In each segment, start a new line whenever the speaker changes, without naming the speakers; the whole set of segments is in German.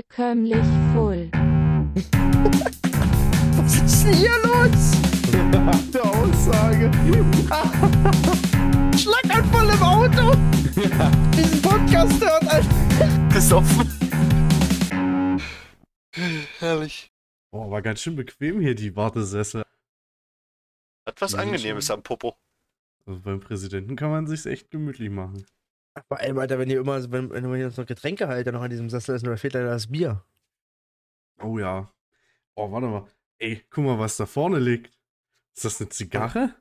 Bekömmlich voll.
Was ist denn hier los? Eine Aussage. Schlaganfall im Auto. Diesen Podcast hört ein.
Besoffen.
Herrlich.
Boah, war ganz schön bequem hier die Wartesessel.
Hat was
Ja,
Angenehmes
schon.
am Popo.
Also beim Präsidenten kann man sich's echt gemütlich machen.
Vor allem, Alter, wenn ihr immer, wenn, wenn ihr uns noch Getränke haltet, noch an diesem Sessel ist, dann fehlt leider das Bier.
Oh ja. Oh, warte mal. Ey, guck mal, was da vorne liegt. Ist das eine Zigarre?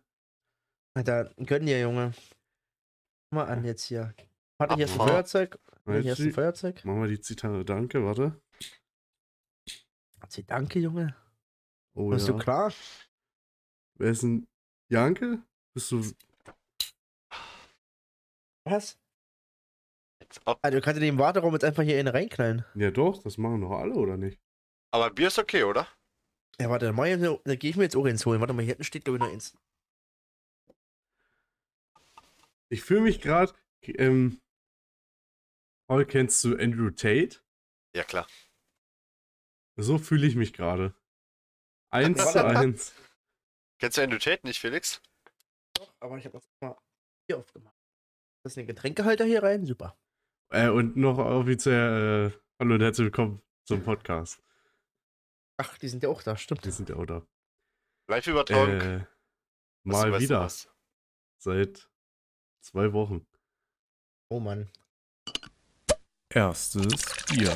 Alter, gönn dir, Junge. Guck mal an jetzt hier. Warte, hier ist ein
Aha.
Feuerzeug.
Jetzt
Hier ist ein
die-
Feuerzeug.
Machen wir die Zitarre. Danke, warte.
Sie, danke, Junge.
Oh
Bist
ja.
du klar?
Wer ist denn Janke? Bist du.
Was?
Jetzt ab-
Alter, du kannst in den Warteraum jetzt einfach hier innen reinknallen.
Ja, doch, das machen doch alle, oder nicht?
Aber Bier ist okay, oder?
Ja, warte, dann, mach ich mir- dann gehe ich mir jetzt auch eins holen. Warte mal, hier hinten steht, glaube ich, noch eins.
Ich fühle mich gerade. Ähm, Paul, kennst du Andrew Tate?
Ja, klar.
So fühle ich mich gerade. Eins zu eins.
Kennst du Andrew Tate nicht, Felix?
Aber ich habe das mal hier aufgemacht. Das ist ein Getränkehalter hier rein? Super.
Äh, und noch offiziell, äh, hallo und herzlich willkommen zum Podcast.
Ach, die sind ja auch da, stimmt.
Wir sind ja auch da.
Live-Übertragung.
Äh,
Was du
mal
weißt,
wieder.
was.
Seit zwei Wochen.
Oh Mann.
Erstes Bier.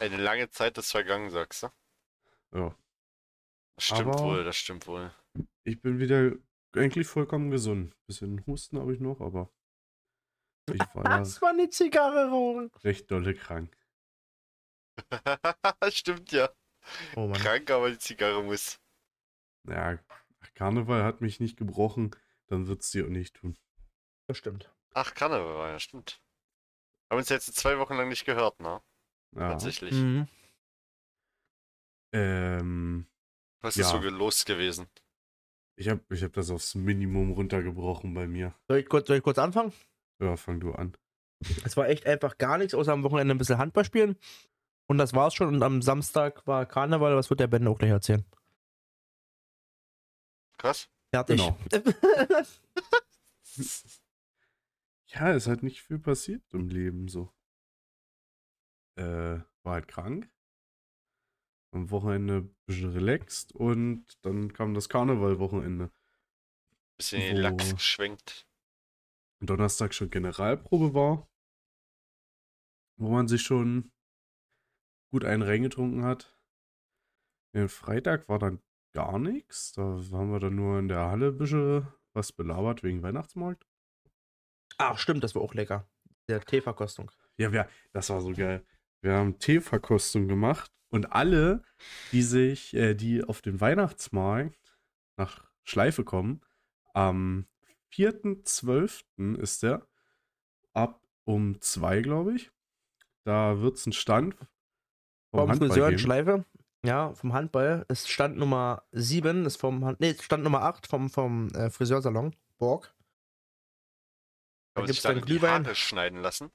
Eine lange Zeit ist vergangen, sagst du?
Ja.
Das stimmt
Aber-
wohl, das stimmt wohl.
Ich bin wieder eigentlich vollkommen gesund. Bisschen Husten habe ich noch, aber ich war ja
Das war eine Zigarre rauchen.
recht dolle krank.
stimmt ja.
Oh Mann.
Krank, aber die Zigarre muss.
Ja, Karneval hat mich nicht gebrochen, dann wird es dir auch nicht tun.
Das stimmt.
Ach, Karneval war ja, stimmt. Haben uns jetzt zwei Wochen lang nicht gehört, ne?
Ja.
Tatsächlich.
Mhm.
Ähm,
Was
Ja.
ist so los gewesen?
ich habe ich hab das aufs Minimum runtergebrochen bei mir.
Soll, ich kurz, soll ich kurz anfangen?
Ja, fang du an.
Es war echt einfach gar nichts, außer am Wochenende ein bisschen Handball spielen. Und das war's schon. Und am Samstag war Karneval, was wird der Ben auch gleich erzählen?
Krass.
Fertig.
Genau. Ja, es hat nicht viel passiert im Leben so. Äh, war halt krank. Am Wochenende ein bisschen relaxed und dann kam das Karnevalwochenende.
Bisschen in den Lachs
Wo-
geschwenkt.
Am Donnerstag schon Generalprobe war, wo man sich schon gut einen reingetrunken hat. Den Freitag war dann gar nichts. Da haben wir dann nur in der Halle ein bisschen was belabert wegen Weihnachtsmarkt.
Ach, Ah, stimmt, das war auch lecker. Der Teeverkostung.
Ja, wir, das war so geil. Wir haben Teeverkostung gemacht und alle, die sich, äh, die auf den Weihnachtsmarkt nach Schleife kommen, am 4.12. ist der, ab um 2, glaube ich. Da wird es einen Stand vom,
Vom
Handball
Friseur in
geben.
Schleife. Ja, vom Handball. Ist Stand Nummer 7, ist vom Hand nee, Stand Nummer 8 vom, vom äh, Friseursalon Borg. Da
Kann man sich
gibt's
dann
dann
die
Glühwein.
Haare schneiden lassen?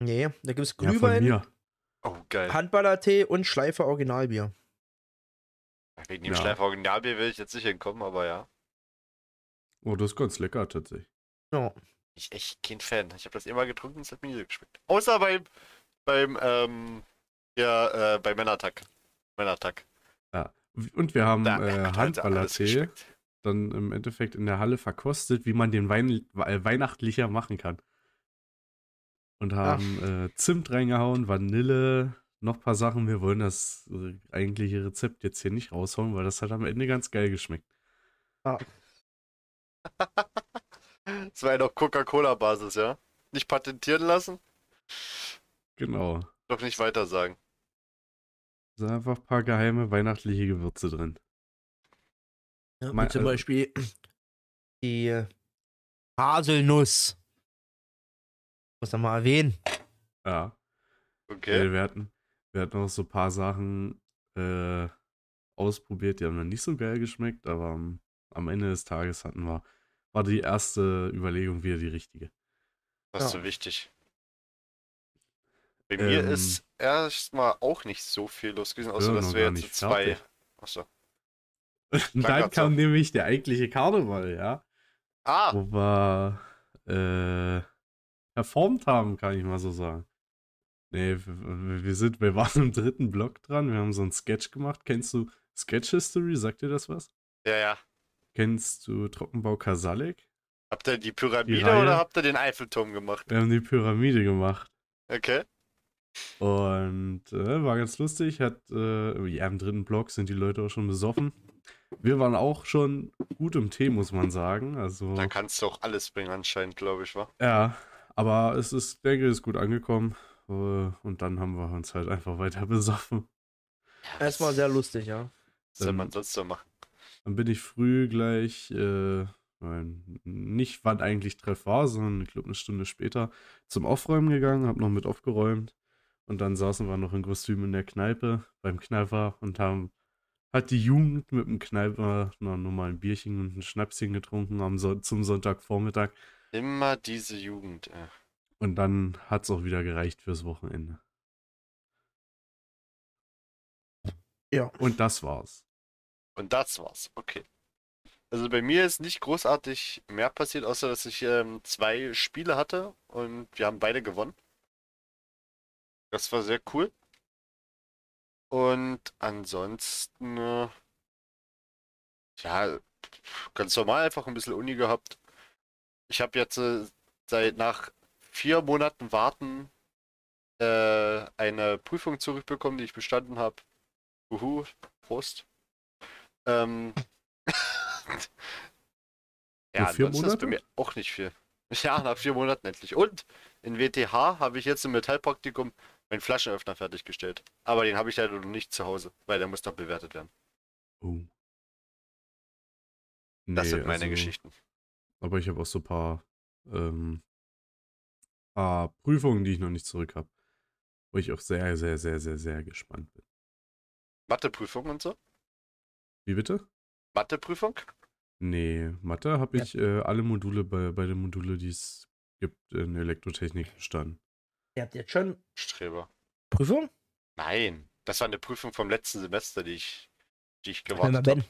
Nee, da gibt's
ja, von
Glühwein,
mir.
Oh, geil.
Handballertee und Schleife Originalbier.
Wegen dem
Ja.
Schleifer Originalbier will ich jetzt nicht hinkommen, aber ja.
Oh, das ist ganz lecker tatsächlich.
Ja.
Ich echt kein Fan. Ich habe das immer getrunken, es hat mir nie so geschmeckt. Außer beim, beim, ähm, ja, äh, bei Männertag. Männertag.
Ja. Und wir haben äh,
hat's alles
Handballertee
geschmeckt.
dann im Endeffekt in der Halle verkostet, wie man den Wein äh, weihnachtlicher machen kann. Und haben äh, Zimt reingehauen, Vanille, noch ein paar Sachen. Wir wollen das äh, eigentliche Rezept jetzt hier nicht raushauen, weil das hat am Ende ganz geil geschmeckt.
Es war ja noch Coca-Cola-Basis, ja? Nicht patentieren lassen,
Genau.
doch nicht weitersagen.
Da sind einfach ein paar geheime weihnachtliche Gewürze drin.
Ja,
Mein-
wie zum
also-
Beispiel die äh, Haselnuss. Muss man mal erwähnen.
Ja.
Okay.
Äh, wir, hatten, wir hatten auch so ein paar Sachen äh, ausprobiert, die haben dann nicht so geil geschmeckt, aber am, am Ende des Tages hatten wir, war die erste Überlegung wieder die richtige.
das ist
ja.
so wichtig. Bei mir
Ähm.
ist erstmal auch nicht so viel los gewesen, außer
Ja,
dass
noch
wir
gar
jetzt so
nicht
zwei.
fertig.
Achso.
Und
Danke,
dann
Atze.
kam nämlich der eigentliche Karneval, ja.
Ah,
Wo wir äh, performt haben, kann ich mal so sagen. Nee, wir, wir sind, wir waren im dritten Block dran, wir haben so einen Sketch gemacht. Kennst du Sketch History? Sagt dir das was?
ja, ja.
Kennst du Trockenbau Kasalek?
Habt ihr die Pyramide
Reihe?
oder habt ihr den Eiffelturm gemacht?
Wir haben die Pyramide gemacht.
Okay.
Und äh, war ganz lustig. Hat, äh, ja, im dritten Block sind die Leute auch schon besoffen. Wir waren auch schon gut im Tee, muss man sagen. Also,
Da kannst du auch alles bringen anscheinend, glaube ich, wa?
ja, aber es ist, denke ich, ist gut angekommen. Äh, und dann haben wir uns halt einfach weiter besoffen.
Erstmal sehr lustig, ja.
Was soll
Ähm,
man sonst so machen?
Dann bin ich früh gleich, äh, nein, nicht wann eigentlich Treff war, sondern ich glaube eine Stunde später zum Aufräumen gegangen, habe noch mit aufgeräumt und dann saßen wir noch in Kostüm in der Kneipe beim Kneifer und haben hat die Jugend mit dem Kneiper noch noch mal ein Bierchen und ein Schnapschen getrunken am Son zum Sonntagvormittag
Immer diese Jugend. Äh.
und dann hat's auch wieder gereicht fürs Wochenende.
Ja.
Und das war's.
Und das war's. Okay. Also bei mir ist nicht großartig mehr passiert, außer dass ich ähm, zwei Spiele hatte und wir haben beide gewonnen. Das war sehr cool. Und ansonsten, äh, ja, ganz normal einfach ein bisschen Uni gehabt. Ich habe jetzt äh, seit nach vier Monaten Warten äh, eine Prüfung zurückbekommen, die ich bestanden habe. Uhu, Prost. Ähm, ja,
Nur vier
ansonsten ist
Monate?
bei mir auch nicht viel. Ja, nach vier Monaten endlich. Und in WTH habe ich jetzt im Metallpraktikum meinen Flaschenöffner fertiggestellt. Aber den habe ich leider noch nicht zu Hause, weil der muss noch bewertet werden.
Oh.
Das
Nee,
sind meine
also-
Geschichten.
Aber ich habe auch so ein paar, ähm, paar Prüfungen, die ich noch nicht zurück habe. Wo ich auch sehr, sehr, sehr, sehr, sehr gespannt bin.
Matheprüfung und so?
Wie bitte?
Matheprüfung?
Nee, Mathe habe
Ja.
ich äh, alle Module bei, bei den Module, die es gibt, in Elektrotechnik bestanden.
Ihr habt jetzt schon
Streber.
Prüfung?
Nein, das war eine Prüfung vom letzten Semester, die ich, die ich
Wenn man
gewartet habe.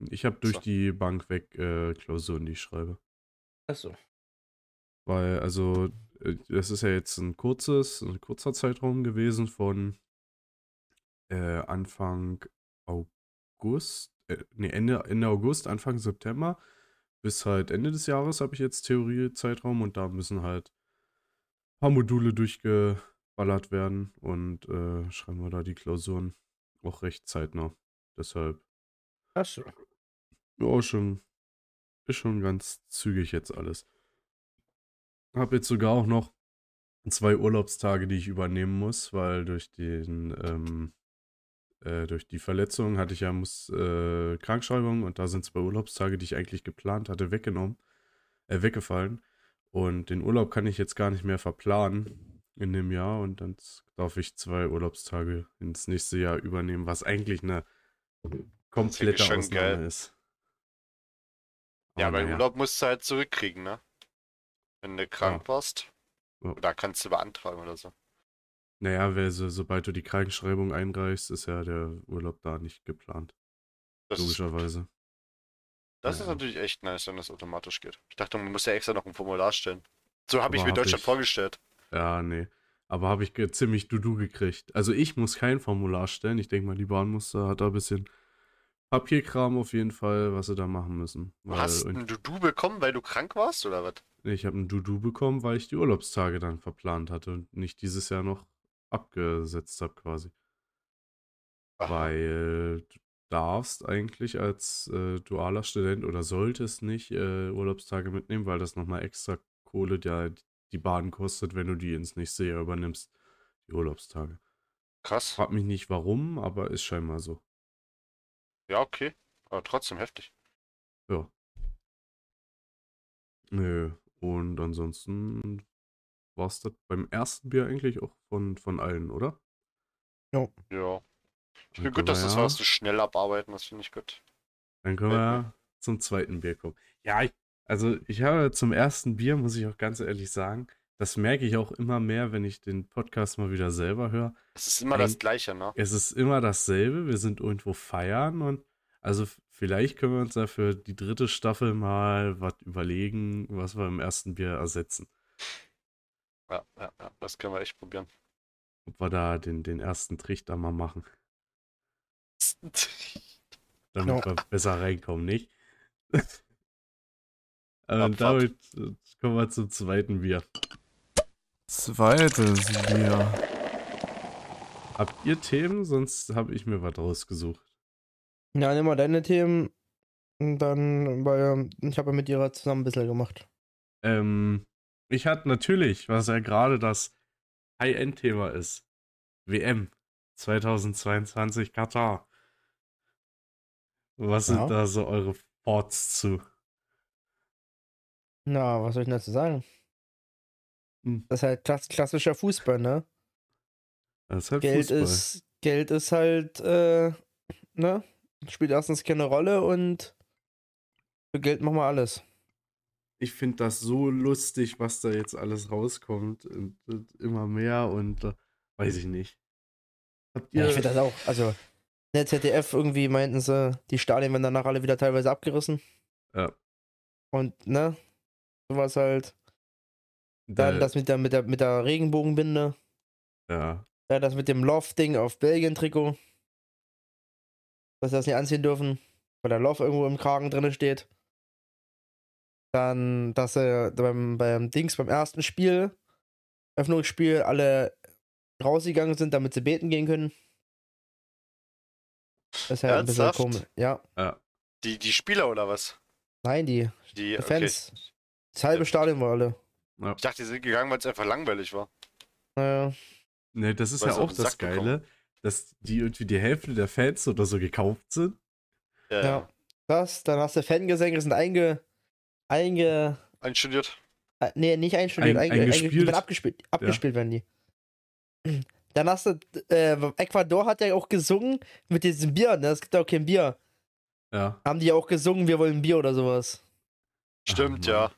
Ben.
Ich habe durch
So.
die Bank weg äh, Klausuren, die ich schreibe.
Achso.
Weil, also, äh, das ist ja jetzt ein kurzes, ein kurzer Zeitraum gewesen von äh, Anfang August, äh, nee, Ende, Ende August, Anfang September bis halt Ende des Jahres habe ich jetzt Theoriezeitraum und da müssen halt ein paar Module durchgeballert werden und äh, schreiben wir da die Klausuren auch recht zeitnah. Deshalb,
Achso.
ja, schon, ist schon ganz zügig jetzt alles. Hab jetzt sogar auch noch zwei Urlaubstage, die ich übernehmen muss, weil durch den, ähm, äh, durch die Verletzung hatte ich ja muss, äh, Krankschreibung und da sind zwei Urlaubstage, die ich eigentlich geplant hatte, weggenommen, äh, weggefallen. Und den Urlaub kann ich jetzt gar nicht mehr verplanen in dem Jahr und dann z- darf ich zwei Urlaubstage ins nächste Jahr übernehmen, was eigentlich eine komplette
schon
Ausnahme
geil.
ist.
Ja,
Aber
weil
naja.
Urlaub musst du halt zurückkriegen, ne? Wenn du krank warst.
Ja.
Oder kannst du beantragen oder so.
Naja, weil so, sobald du die Krankenschreibung einreichst, ist ja der Urlaub da nicht geplant,
Das, ist,
logischerweise.
das ist
ja.
natürlich echt nice, wenn das automatisch geht. Ich dachte, man muss ja extra noch ein Formular stellen. So habe ich
Aber
mir
hab
Deutschland
ich-
vorgestellt.
Ja, nee. Aber habe ich ge- ziemlich Dudu gekriegt. Also ich muss kein Formular stellen. Ich denke mal, die Bahnmuster hat da ein bisschen Papierkram auf jeden Fall, was sie da machen müssen.
Du
Weil
hast
und
ein Dudu bekommen, weil du krank warst oder was?
ich habe ein Dudu bekommen, weil ich die Urlaubstage dann verplant hatte und nicht dieses Jahr noch abgesetzt habe quasi.
Ah,
Weil du darfst eigentlich als äh, dualer Student oder solltest nicht äh, Urlaubstage mitnehmen, weil das nochmal extra Kohle der, die Bahn kostet, wenn du die ins nächste Jahr übernimmst, die Urlaubstage.
Krass.
Frag mich nicht warum, aber ist scheinbar so.
Ja, okay. Aber trotzdem heftig.
Ja. Nö. Und ansonsten war es das beim ersten Bier eigentlich auch von, von allen, oder?
Ja. Ich
Dann
finde gut, dass
können
das
wir ja-
warst du schnell abarbeiten, das finde ich gut.
Dann können wir
Fällt
ja zum zweiten Bier kommen. Ja, ich, also ich habe zum ersten Bier, muss ich auch ganz ehrlich sagen, Das merke ich auch immer mehr, wenn ich den Podcast mal wieder selber höre.
Es ist immer
Ein-
das Gleiche, ne?
Es ist immer dasselbe. Wir sind irgendwo feiern und also f- vielleicht können wir uns ja für die dritte Staffel mal was überlegen, was wir im ersten Bier ersetzen.
Ja, ja, ja, das können wir echt probieren.
Ob wir da den, den ersten Trichter mal machen,
Genau.
damit wir besser reinkommen, nicht? Und
Abfahrt.
damit äh, kommen wir zum zweiten Bier.
Zweites Bier.
Habt ihr Themen? Sonst habe ich mir was rausgesucht.
Ja, nimm mal deine Themen. Und dann, weil ähm, ich habe ja mit ihrer zusammen ein bisschen gemacht.
Ähm, ich hatte natürlich, was ja gerade das High-End-Thema ist. WM 2022 Katar. Was
Ja.
sind da so eure Thoughts zu?
Na, was soll ich denn dazu sagen?
Hm.
Das ist halt klass klassischer Fußball, ne?
Das ist halt
Geld
Fußball.
ist Geld ist halt, äh, ne? Spielt erstens keine Rolle und für Geld machen wir alles.
ich finde das so lustig, was da jetzt alles rauskommt. Und, und immer mehr und äh, weiß ich nicht. Habt
Ja,
ihr.
ich finde das auch. Also, ne, ZDF irgendwie meinten sie, die Stadien werden danach alle wieder teilweise abgerissen.
Ja.
Und, ne? Sowas halt. Dann
Äh,
das mit der, mit der, mit der Regenbogenbinde.
ja.
Dann das mit dem Love-Ding auf Belgien-Trikot. Dass sie das nicht anziehen dürfen, weil der Love irgendwo im Kragen drin steht. Dann, dass sie beim, beim Dings, beim ersten Spiel, Öffnungsspiel, alle rausgegangen sind, damit sie beten gehen können. Das ist halt
Ernsthaft?
ein bisschen komisch. Ja,
Die, die Spieler oder was?
nein, die,
Die,
die
okay.
Fans. Das halbe Stadion war alle.
Ich dachte, die sind gegangen, weil es einfach langweilig war.
Naja,
Ne, das ist
Weil
ja
sie auf
auch
den
das
Sack bekommen.
Geile, dass die irgendwie die Hälfte der Fans oder so gekauft sind.
Ja,
ja. Das, dann hast du Fangesänge, sind einge. einge
Einstudiert.
Äh, Nee, nicht einstudiert,
Ein-
einge
eingespielt.
eingespielt. Einge die werden abgespielt, abgespielt werden die. Dann hast du, äh, Ecuador hat ja auch gesungen mit diesem Bier, ne? Es gibt ja auch kein Bier.
Ja.
Haben die ja auch gesungen, wir wollen Bier oder sowas.
Stimmt,
Mann.
ja.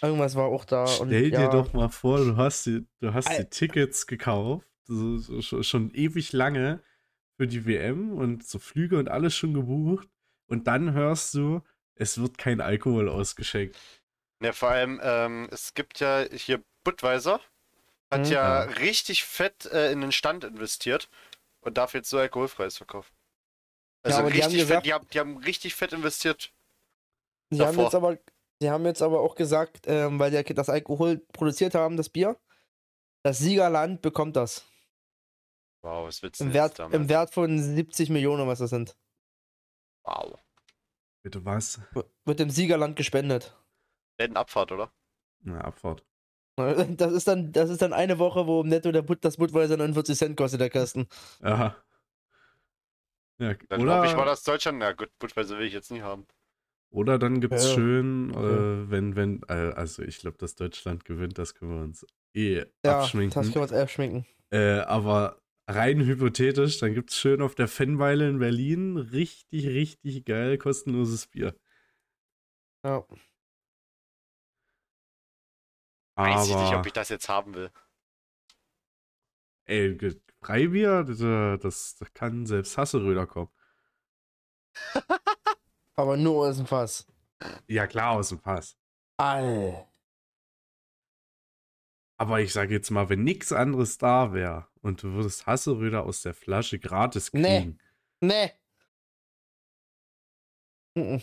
Irgendwas war auch da. Und,
Stell dir
ja,
doch mal vor, du hast die, du hast die
Al-
Tickets gekauft, so, so, schon- schon ewig lange für die WM und so Flüge und alles schon gebucht. Und dann hörst du, es wird kein Alkohol ausgeschenkt.
Ne, vor allem, ähm, es gibt ja hier Budweiser, hat
Mhm.
ja
Ja.
richtig fett äh, in den Stand investiert und darf jetzt so alkoholfreies verkaufen. Also
aber die
richtig
haben
fett,
gesagt-
die haben, die haben richtig fett investiert.
Die haben
davor.
jetzt aber, die haben jetzt aber auch gesagt, ähm, weil die das Alkohol produziert haben, das Bier, das Siegerland bekommt das.
Wow, was willst du
Im
denn
Wert,
jetzt damit?
im Wert von 70 Millionen, was das sind.
Wow.
Bitte was?
W- Wird dem Siegerland gespendet.
Läden Abfahrt, oder?
Na, Abfahrt.
Das ist dann, das ist dann eine Woche, wo im Netto der But, das Budweiser 49 Cent kostet, der Kasten.
Ja. ja
Dann
oder,
hoffe ich mal, dass Deutschland. Na gut, Budweiser will ich jetzt nicht haben.
oder dann gibt's
Ja.
schön,
Okay.
äh, wenn, wenn, äh, also ich glaube, dass Deutschland gewinnt, das können wir uns eh
Ja,
abschminken.
das können wir uns abschminken.
Äh, aber rein hypothetisch, dann gibt es schön auf der Fennweile in Berlin richtig, richtig geil kostenloses Bier.
Ja.
Aber,
Weiß ich nicht, ob ich das jetzt haben will.
ey, ge- Freibier, das, äh, das, das kann selbst Hasseröder kommen.
Aber nur aus dem Fass.
Ja, klar, aus dem Pass.
All.
Aber ich sage jetzt mal, wenn nichts anderes da wäre und du würdest Hasseröder aus der Flasche gratis
Nee.
kriegen,
Ne. Mhm. Will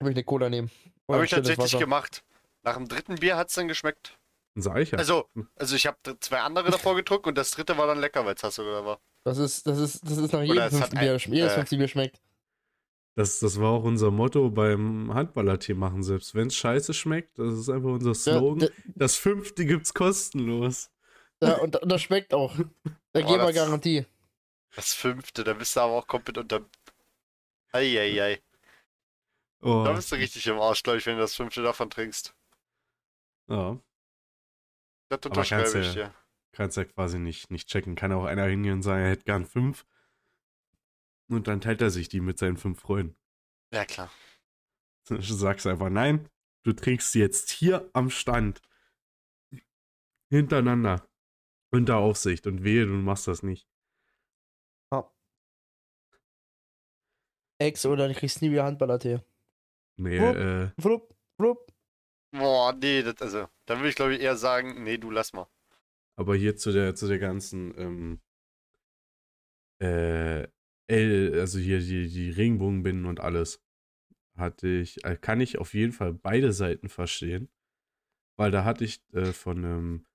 ich eine Cola nehmen. Oder
Habe
ein
ich
stilles
tatsächlich
Wasser.
gemacht. Nach dem dritten Bier hat es dann geschmeckt.
dann sage ich ja.
Also, also ich habe zwei andere davor gedruckt und das dritte war dann lecker, weil es Hasselöder war.
Das ist, das ist, das ist nach
Oder
jedem
es hat
fünften
ein-
Bier, jedes
äh,
fünfte Bier schmeckt.
das, das war auch unser Motto beim Handballerteam machen selbst. Wenn es scheiße schmeckt, das ist einfach unser
Ja,
Slogan.
d-
Das fünfte gibt's kostenlos.
ja, und, und das schmeckt auch. Da
Boah,
geben wir
das-
Garantie.
Das fünfte, da bist du aber auch komplett unter. Eieiei.
Oh,
Da bist du richtig im Arsch, glaube ich, wenn du das fünfte davon trinkst.
ja.
Das
kannst
unterschreibe
du-
ich dir.
Kannst ja quasi nicht, nicht checken. Kann auch einer hingehen und sagen, er hätte gern fünf. Und dann teilt er sich die mit seinen fünf Freunden.
Ja, klar.
Du sagst einfach, nein, du trinkst die jetzt hier am Stand. hintereinander unter Aufsicht und wehe, du machst das nicht.
Ex oder du kriegst nie wieder Handballertee.
Nee,
Oh.
äh,
Flup, flup.
Boah, nee, das, also, dann würde ich glaube ich eher sagen, nee, du lass mal.
aber hier zu der, zu der ganzen, ähm, äh, L, also hier die, die Regenbogenbinden und alles, hatte ich, äh, kann ich auf jeden Fall beide Seiten verstehen, weil da hatte ich äh, von einem,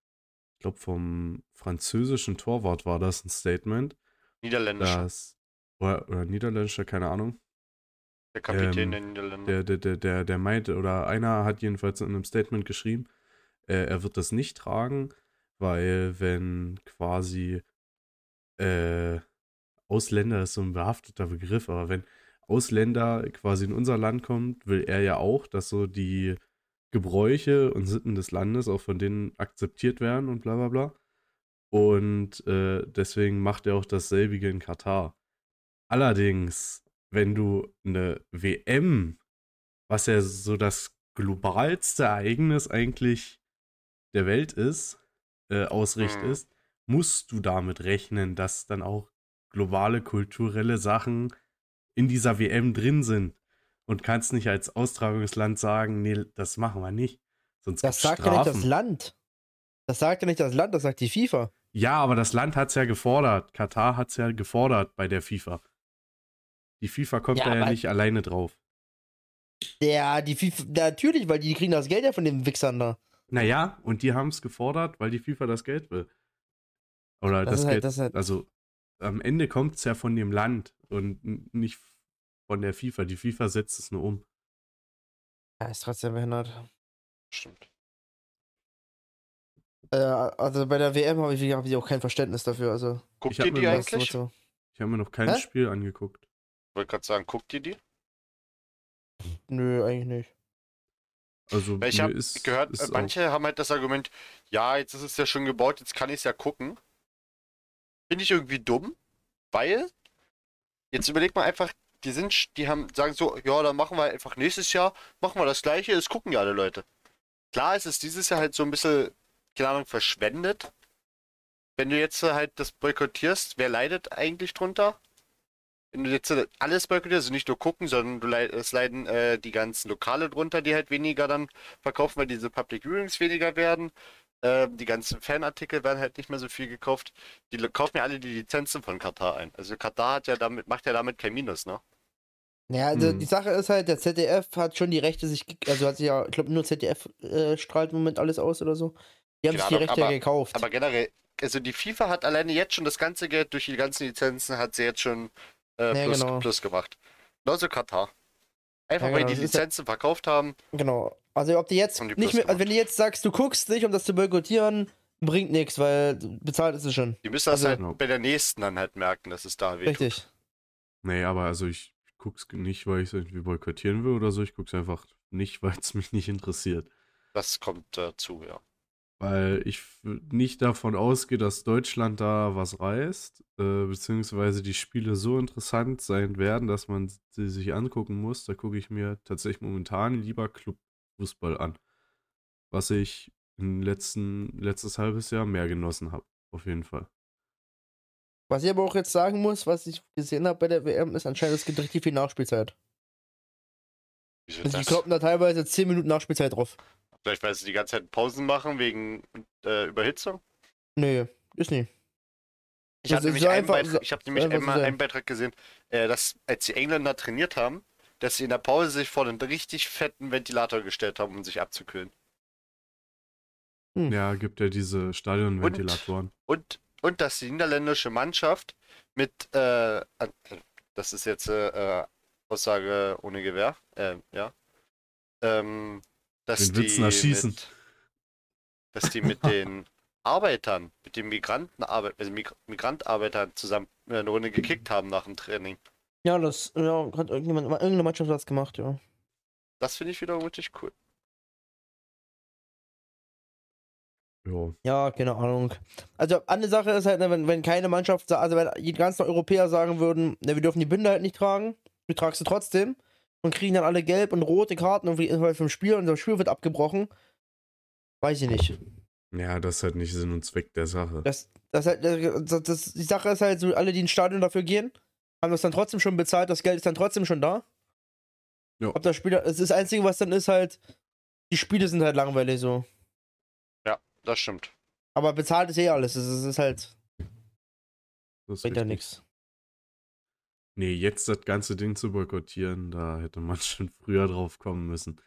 ich glaube vom französischen Torwart war das ein Statement,
Niederländisch.
dass, oder, oder niederländischer, keine Ahnung,
der
ähm,
Kapitän der Niederländer.
der, der, der, der, der meinte, oder einer hat jedenfalls in einem Statement geschrieben, äh, er wird das nicht tragen, weil wenn quasi äh, Ausländer ist so ein behafteter Begriff, aber wenn Ausländer quasi in unser Land kommt, will er ja auch, dass so die Gebräuche und Sitten des Landes auch von denen akzeptiert werden und bla bla bla. Und äh, deswegen macht er auch dasselbige in Katar. Allerdings, wenn du eine WM, was ja so das globalste Ereignis eigentlich der Welt ist, äh, ausrichtest, musst du damit rechnen, dass dann auch globale kulturelle Sachen in dieser WM drin sind und kannst nicht als Austragungsland sagen, nee, das machen wir nicht. Sonst
Das
gibt's
sagt ja nicht das
Strafen.
Land. Das sagt ja nicht das Land, das sagt die FIFA.
Ja, aber das Land hat es ja gefordert. Katar hat es ja gefordert bei der FIFA. Die FIFA kommt
Ja,
da ja
aber-
nicht alleine drauf.
Ja, die FIFA, natürlich, weil die kriegen das Geld ja von den Wichsern da.
Naja, und die haben es gefordert, weil die FIFA das Geld will. Oder
Das
das,
ist halt-
Geld.
das ist halt-
also am Ende kommt es ja von dem Land und n- nicht von der FIFA. Die FIFA setzt es nur um.
Ja, ist trotzdem behindert.
Stimmt.
Äh, also bei der WM habe ich, hab ich auch kein Verständnis dafür. Also,
Guckt
hab
ihr
mir
die
mal
das
eigentlich? Ich
so-
Ich habe mir noch kein
Hä?
Spiel angeguckt.
wollte gerade sagen, guckt ihr die?
Nö, eigentlich nicht.
Also
Weil ich
mir
habe
ist,
gehört,
ist auch,
manche haben halt das Argument, ja, jetzt ist es ja schon gebaut, jetzt kann ich es ja gucken. Finde ich irgendwie dumm, weil jetzt überleg mal einfach, die sind, sch- die haben, sagen so, ja, dann machen wir einfach nächstes Jahr, machen wir das gleiche, es gucken ja alle Leute. Klar, es ist dieses Jahr halt so ein bisschen, keine Ahnung, verschwendet. Wenn du jetzt halt das boykottierst, wer leidet eigentlich drunter? Wenn du jetzt alles boykottierst, also nicht nur gucken, sondern du leid, es leiden äh, die ganzen Lokale drunter, die halt weniger dann verkaufen, weil diese Public Viewings weniger werden. Ähm, die ganzen Fanartikel werden halt nicht mehr so viel gekauft. Die lo- kaufen ja alle die Lizenzen von Katar ein. Also Katar hat ja damit, macht ja damit kein Minus, ne?
Naja, also
Hm.
die Sache ist halt, der ZDF hat schon die Rechte sich, ge- also hat sich ja, ich glaube nur ZDF äh, strahlt im Moment alles aus oder so. Die haben
Keine
sich die
Ahnung,
Rechte ja
aber-
gekauft.
Aber generell, also die FIFA hat alleine jetzt schon das ganze Geld durch die ganzen Lizenzen, hat sie jetzt schon äh,
Ja,
plus,
genau.
plus gemacht. Genauso Katar. Einfach
Ja, genau,
weil die
das ist ja-
Lizenzen verkauft haben.
genau. Also ob du jetzt
Haben die
nicht
Plus
mehr, also
gemacht.
wenn du jetzt sagst, du guckst nicht, um das zu boykottieren, bringt nichts, weil bezahlt ist es schon.
Die müssen das
Also-
halt
Genau.
bei der nächsten dann halt merken, dass es da wehtut.
Richtig.
Nee, aber also ich guck's nicht, weil ich es irgendwie boykottieren will oder so. Ich guck's einfach nicht, weil es mich nicht interessiert.
Das kommt dazu, ja.
weil ich f- nicht davon ausgehe, dass Deutschland da was reißt, äh, beziehungsweise die Spiele so interessant sein werden, dass man sie sich angucken muss. Da gucke ich mir tatsächlich momentan lieber Clubfußball an, was ich im letzten, letztes halbes Jahr mehr genossen habe, auf jeden Fall.
Was ich aber auch jetzt sagen muss, was ich gesehen habe bei der WM, ist anscheinend, es gibt richtig viel Nachspielzeit.
Wieso
Also die
das?
kloppen da teilweise 10 Minuten Nachspielzeit drauf.
Vielleicht, weil sie die ganze Zeit Pausen machen wegen äh, Überhitzung.
Nö, ist nie.
Ich habe
Also
nämlich,
so
einen,
einfach- so-
Beitrag, ich hab nämlich
einfach so
einmal
sein.
einen Beitrag gesehen, äh, dass als die Engländer trainiert haben, dass sie in der Pause sich vor einen richtig fetten Ventilator gestellt haben, um sich abzukühlen.
Ja, gibt ja diese Stadionventilatoren.
Und, und dass die niederländische Mannschaft mit, äh, an- das ist jetzt äh, äh, Aussage ohne Gewehr, äh, ja, ähm, dass
Den Witzen
die
erschießen.
mit, dass die mit den Arbeitern, mit den Migrantenarbeitern, also Mig Migrantarbeitern zusammen äh, eine Runde gekickt haben nach dem Training.
Ja, das ja, hat irgendjemand, irgendeine Mannschaft das gemacht, ja.
Das finde ich wiederum richtig cool.
Ja.
Ja, keine Ahnung. Also eine Sache ist halt, ne, wenn, wenn keine Mannschaft, sa- also wenn die ganzen Europäer sagen würden, ne, wir dürfen die Binde halt nicht tragen, wir tragen sie trotzdem und kriegen dann alle gelb und rote Karten irgendwie innerhalb vom Spiel und das Spiel wird abgebrochen. Weiß ich nicht.
Ja, das ist halt nicht Sinn und Zweck der Sache.
Das, das, halt- das, das, die Sache ist halt so, alle, die ins Stadion dafür gehen, haben das dann trotzdem schon bezahlt, das Geld ist dann trotzdem schon da.
Ja.
Ob das Spiel, es ist das Einzige, was dann ist halt, die Spiele sind halt langweilig so.
Das stimmt.
Aber bezahlt ist eh alles, es ist, es ist halt,
Das ist
bringt ja
richtig.
nichts.
Nee, jetzt das ganze Ding zu boykottieren, da hätte man schon früher drauf kommen müssen.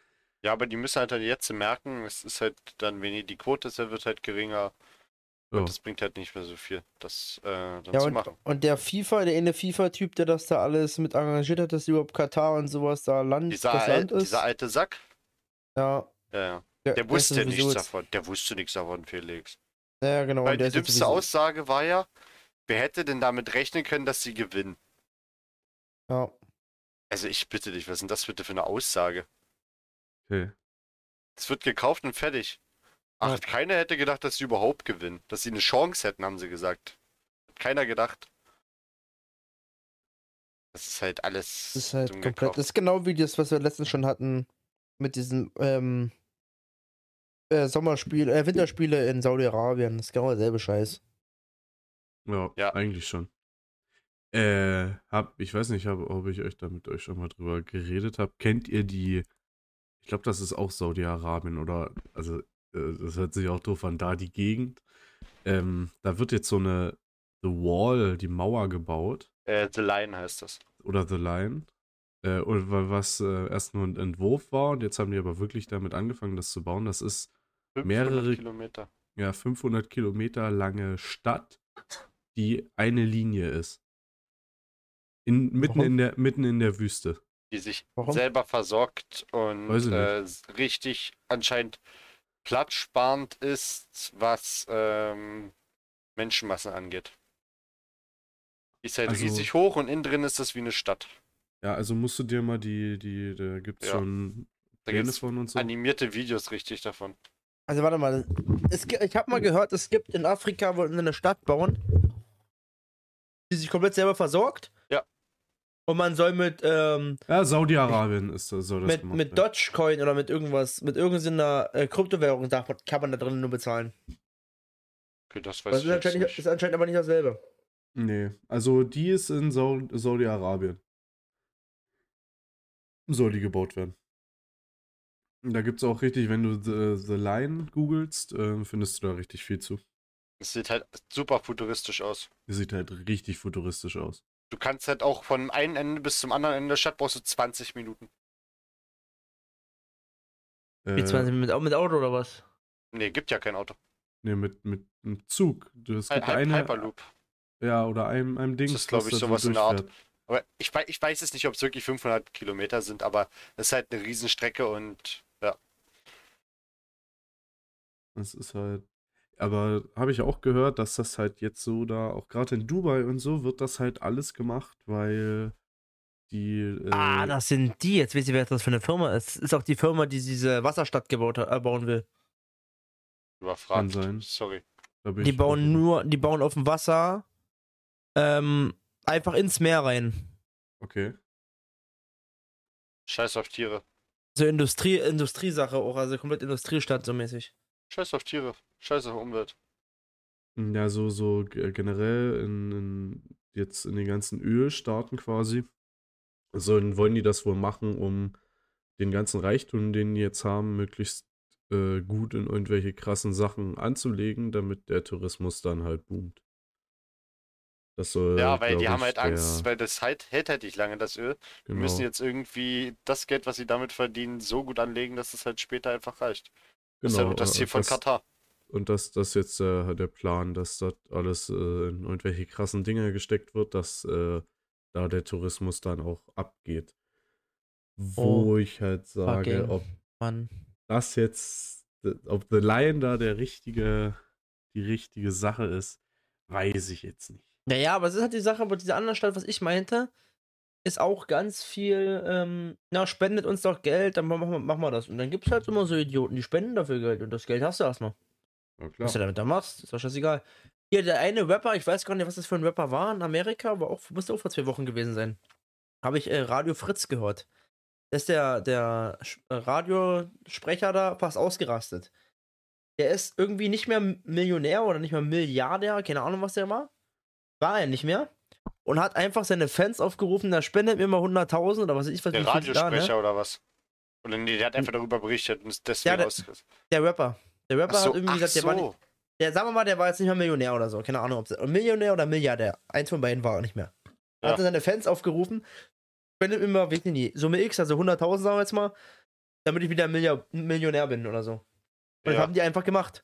Ja, aber die müssen halt dann jetzt merken, es ist halt dann wenig, die Quote ist, wird halt geringer.
Ja.
Und das bringt halt nicht mehr so viel, das äh, dann
Ja,
zu
und,
machen.
und der FIFA, der eine FIFA-Typ, der das da alles mit engagiert hat, dass überhaupt Katar und sowas da Land,
Dieser,
das
al
Land ist.
dieser alte Sack,
ja,
ja, ja.
der,
der
ist
wusste
sowieso
nichts
jetzt-
davon. Der wusste nichts davon, Felix.
Ja, genau.
Weil
und der
die
ist jetzt
dümmste
sowieso-
Aussage war ja, wer hätte denn damit rechnen können, dass sie gewinnen?
Ja.
Also ich bitte dich, was ist denn das bitte für eine Aussage?
Okay.
Es wird gekauft und fertig. Ach,
Ja.
keiner hätte gedacht, dass sie überhaupt gewinnen. Dass sie eine Chance hätten, haben sie gesagt. Hat keiner gedacht. Das ist halt alles
Das ist halt
dumm
komplett.
gekauft.
Das ist genau wie das, was wir letztens schon hatten mit diesem ähm, äh, Sommerspiel, äh, Winterspiele in Saudi-Arabien. Das ist genau derselbe Scheiß.
Ja,
Ja.
eigentlich schon. Äh, hab, ich weiß nicht, hab, ob ich euch da mit euch schon mal drüber geredet habe. Kennt ihr die, ich glaube, das ist auch Saudi-Arabien oder, also, äh, das hört sich auch doof an, da die Gegend. Ähm, da wird jetzt so eine The Wall, die Mauer gebaut.
Äh, The Line heißt das.
oder The Line. Äh, oder wa- was äh, erst nur ein Entwurf war und jetzt haben die aber wirklich damit angefangen, das zu bauen. Das ist
500
Mehrere-
Kilometer.
ja 500 Kilometer lange Stadt, die eine Linie ist. In, mitten,
Warum?
in der, mitten in der Wüste.
Die sich
Warum?
selber versorgt und
Weiß ich
äh, richtig anscheinend platzsparend ist, was ähm, Menschenmassen angeht. Die ist halt
Also-
riesig hoch und innen drin ist das wie eine Stadt.
Ja, also musst du dir mal die, die, da gibt es
Ja.
schon
Da
Pläne
gibt's
von und so.
animierte Videos richtig davon.
Also warte mal. Es, gi- ich habe mal gehört, es gibt in Afrika wollten sie eine Stadt bauen, die sich komplett selber versorgt.
Ja.
Und man soll mit ähm,
Ja, Saudi-Arabien ist das, soll das
mit,
gemacht
mit
werden.
Dogecoin oder mit irgendwas, mit irgendeiner äh, Kryptowährung darf man, kann man da drin nur bezahlen.
Okay, das
Das
weiß
ist
ich jetzt
anscheinend, nicht,
nicht.
ist anscheinend aber nicht dasselbe.
Nee, also die ist in Sau Saudi-Arabien. Soll die gebaut werden. Und Da gibt's auch richtig, wenn du The, The Line googelst, äh, findest du da richtig viel zu.
Es sieht halt super futuristisch aus.
Die sieht halt richtig futuristisch aus.
Du kannst halt auch von einem Ende bis zum anderen Ende der Stadt brauchst du 20 Minuten.
Äh,
mit, mit Auto oder was?
Nee, gibt ja kein Auto.
nee, mit, mit einem Zug. Du- Es
Hy-
gibt
Hy-
eine,
Hyperloop.
ja, oder einem, einem Ding.
ist, glaub
was
ich,
da
sowas
so
in der Art.
durchfährt.
Aber ich, wei- ich weiß es nicht, ob es wirklich 500 Kilometer sind, aber es ist halt eine Riesenstrecke und ja,
Das ist halt. Aber habe ich auch gehört, dass das halt jetzt so da, auch gerade in Dubai und so, wird das halt alles gemacht, weil die. Äh,
Ah, das sind die. Jetzt weiß ich, wer das für eine Firma ist. Ist auch die Firma, die diese Wasserstadt gebaut, äh, bauen will.
überfragt.
Kann sein.
Sorry.
da bin
Die
ich
bauen
auch-
nur, die bauen auf dem Wasser ähm, einfach ins Meer rein.
Okay.
Scheiß auf Tiere.
So Industrie, Industriesache auch, also komplett Industriestadt so mäßig.
Scheiß auf Tiere. Scheiß auf Umwelt.
Hm, Ja, so, so ge- generell in, in, jetzt in den ganzen Ölstaaten quasi. So dann wollen die das wohl machen, um den ganzen Reichtum, den die jetzt haben, möglichst äh, gut in irgendwelche krassen Sachen anzulegen, damit der Tourismus dann halt boomt. Das soll,
ja, weil die
Äh, glaub
haben
ich,
halt Angst,
der,
weil das halt, hält halt nicht lange, das Öl. Die
genau.
müssen jetzt irgendwie das Geld, was sie damit verdienen, so gut anlegen, dass es halt später einfach reicht. Das ist ja
Genau,
auch das
äh,
Ziel von
das-
Katar.
Und dass das jetzt äh, der Plan, dass das alles äh, in irgendwelche krassen Dinge gesteckt wird, dass äh, da der Tourismus dann auch abgeht. Wo
Oh,
ich halt sage,
fucking
ob
Mann.
das jetzt, ob The Lion da der richtige, die richtige Sache ist, weiß ich jetzt nicht.
Naja, aber es ist halt die Sache, aber diese andere Stadt, was ich meinte, ist auch ganz viel, ähm, na, spendet uns doch Geld, dann machen wir, machen wir das. Und dann gibt es halt immer so Idioten, die spenden dafür Geld und das Geld hast du erstmal.
Ja, klar.
Was du damit da machst, ist doch scheißegal. Hier, der eine Rapper, ich weiß gar nicht, was das für ein Rapper war, in Amerika, aber auch, müsste auch vor zwei Wochen gewesen sein. Habe ich äh, Radio Fritz gehört. Da ist der, der Sch- äh, Radiosprecher da fast ausgerastet. Der ist irgendwie nicht mehr Millionär oder nicht mehr Milliardär, keine Ahnung, was der war. War er nicht mehr. Und hat einfach seine Fans aufgerufen, da spendet mir mal 100.000 oder was weiß ich, was
Der
wie viel da, ne?
Radiosprecher oder was? Oder nee, der hat einfach darüber berichtet und ist deswegen
Ja, der-
rausgerissen.
Der Rapper. Der Rapper
Ach so,
hat irgendwie
ach
gesagt, der war nicht,
so.
der, sagen wir mal, der war jetzt nicht mehr Millionär oder so. Keine Ahnung, ob es Millionär oder Milliardär. Eins von beiden war er nicht mehr. Er
Ja.
Hat seine Fans aufgerufen, spendet mir mal, weiß ich nicht, Summe X, also 100.000 sagen wir jetzt mal, damit ich wieder Milliard, Millionär bin oder so. Und das
Ja.
haben die einfach gemacht.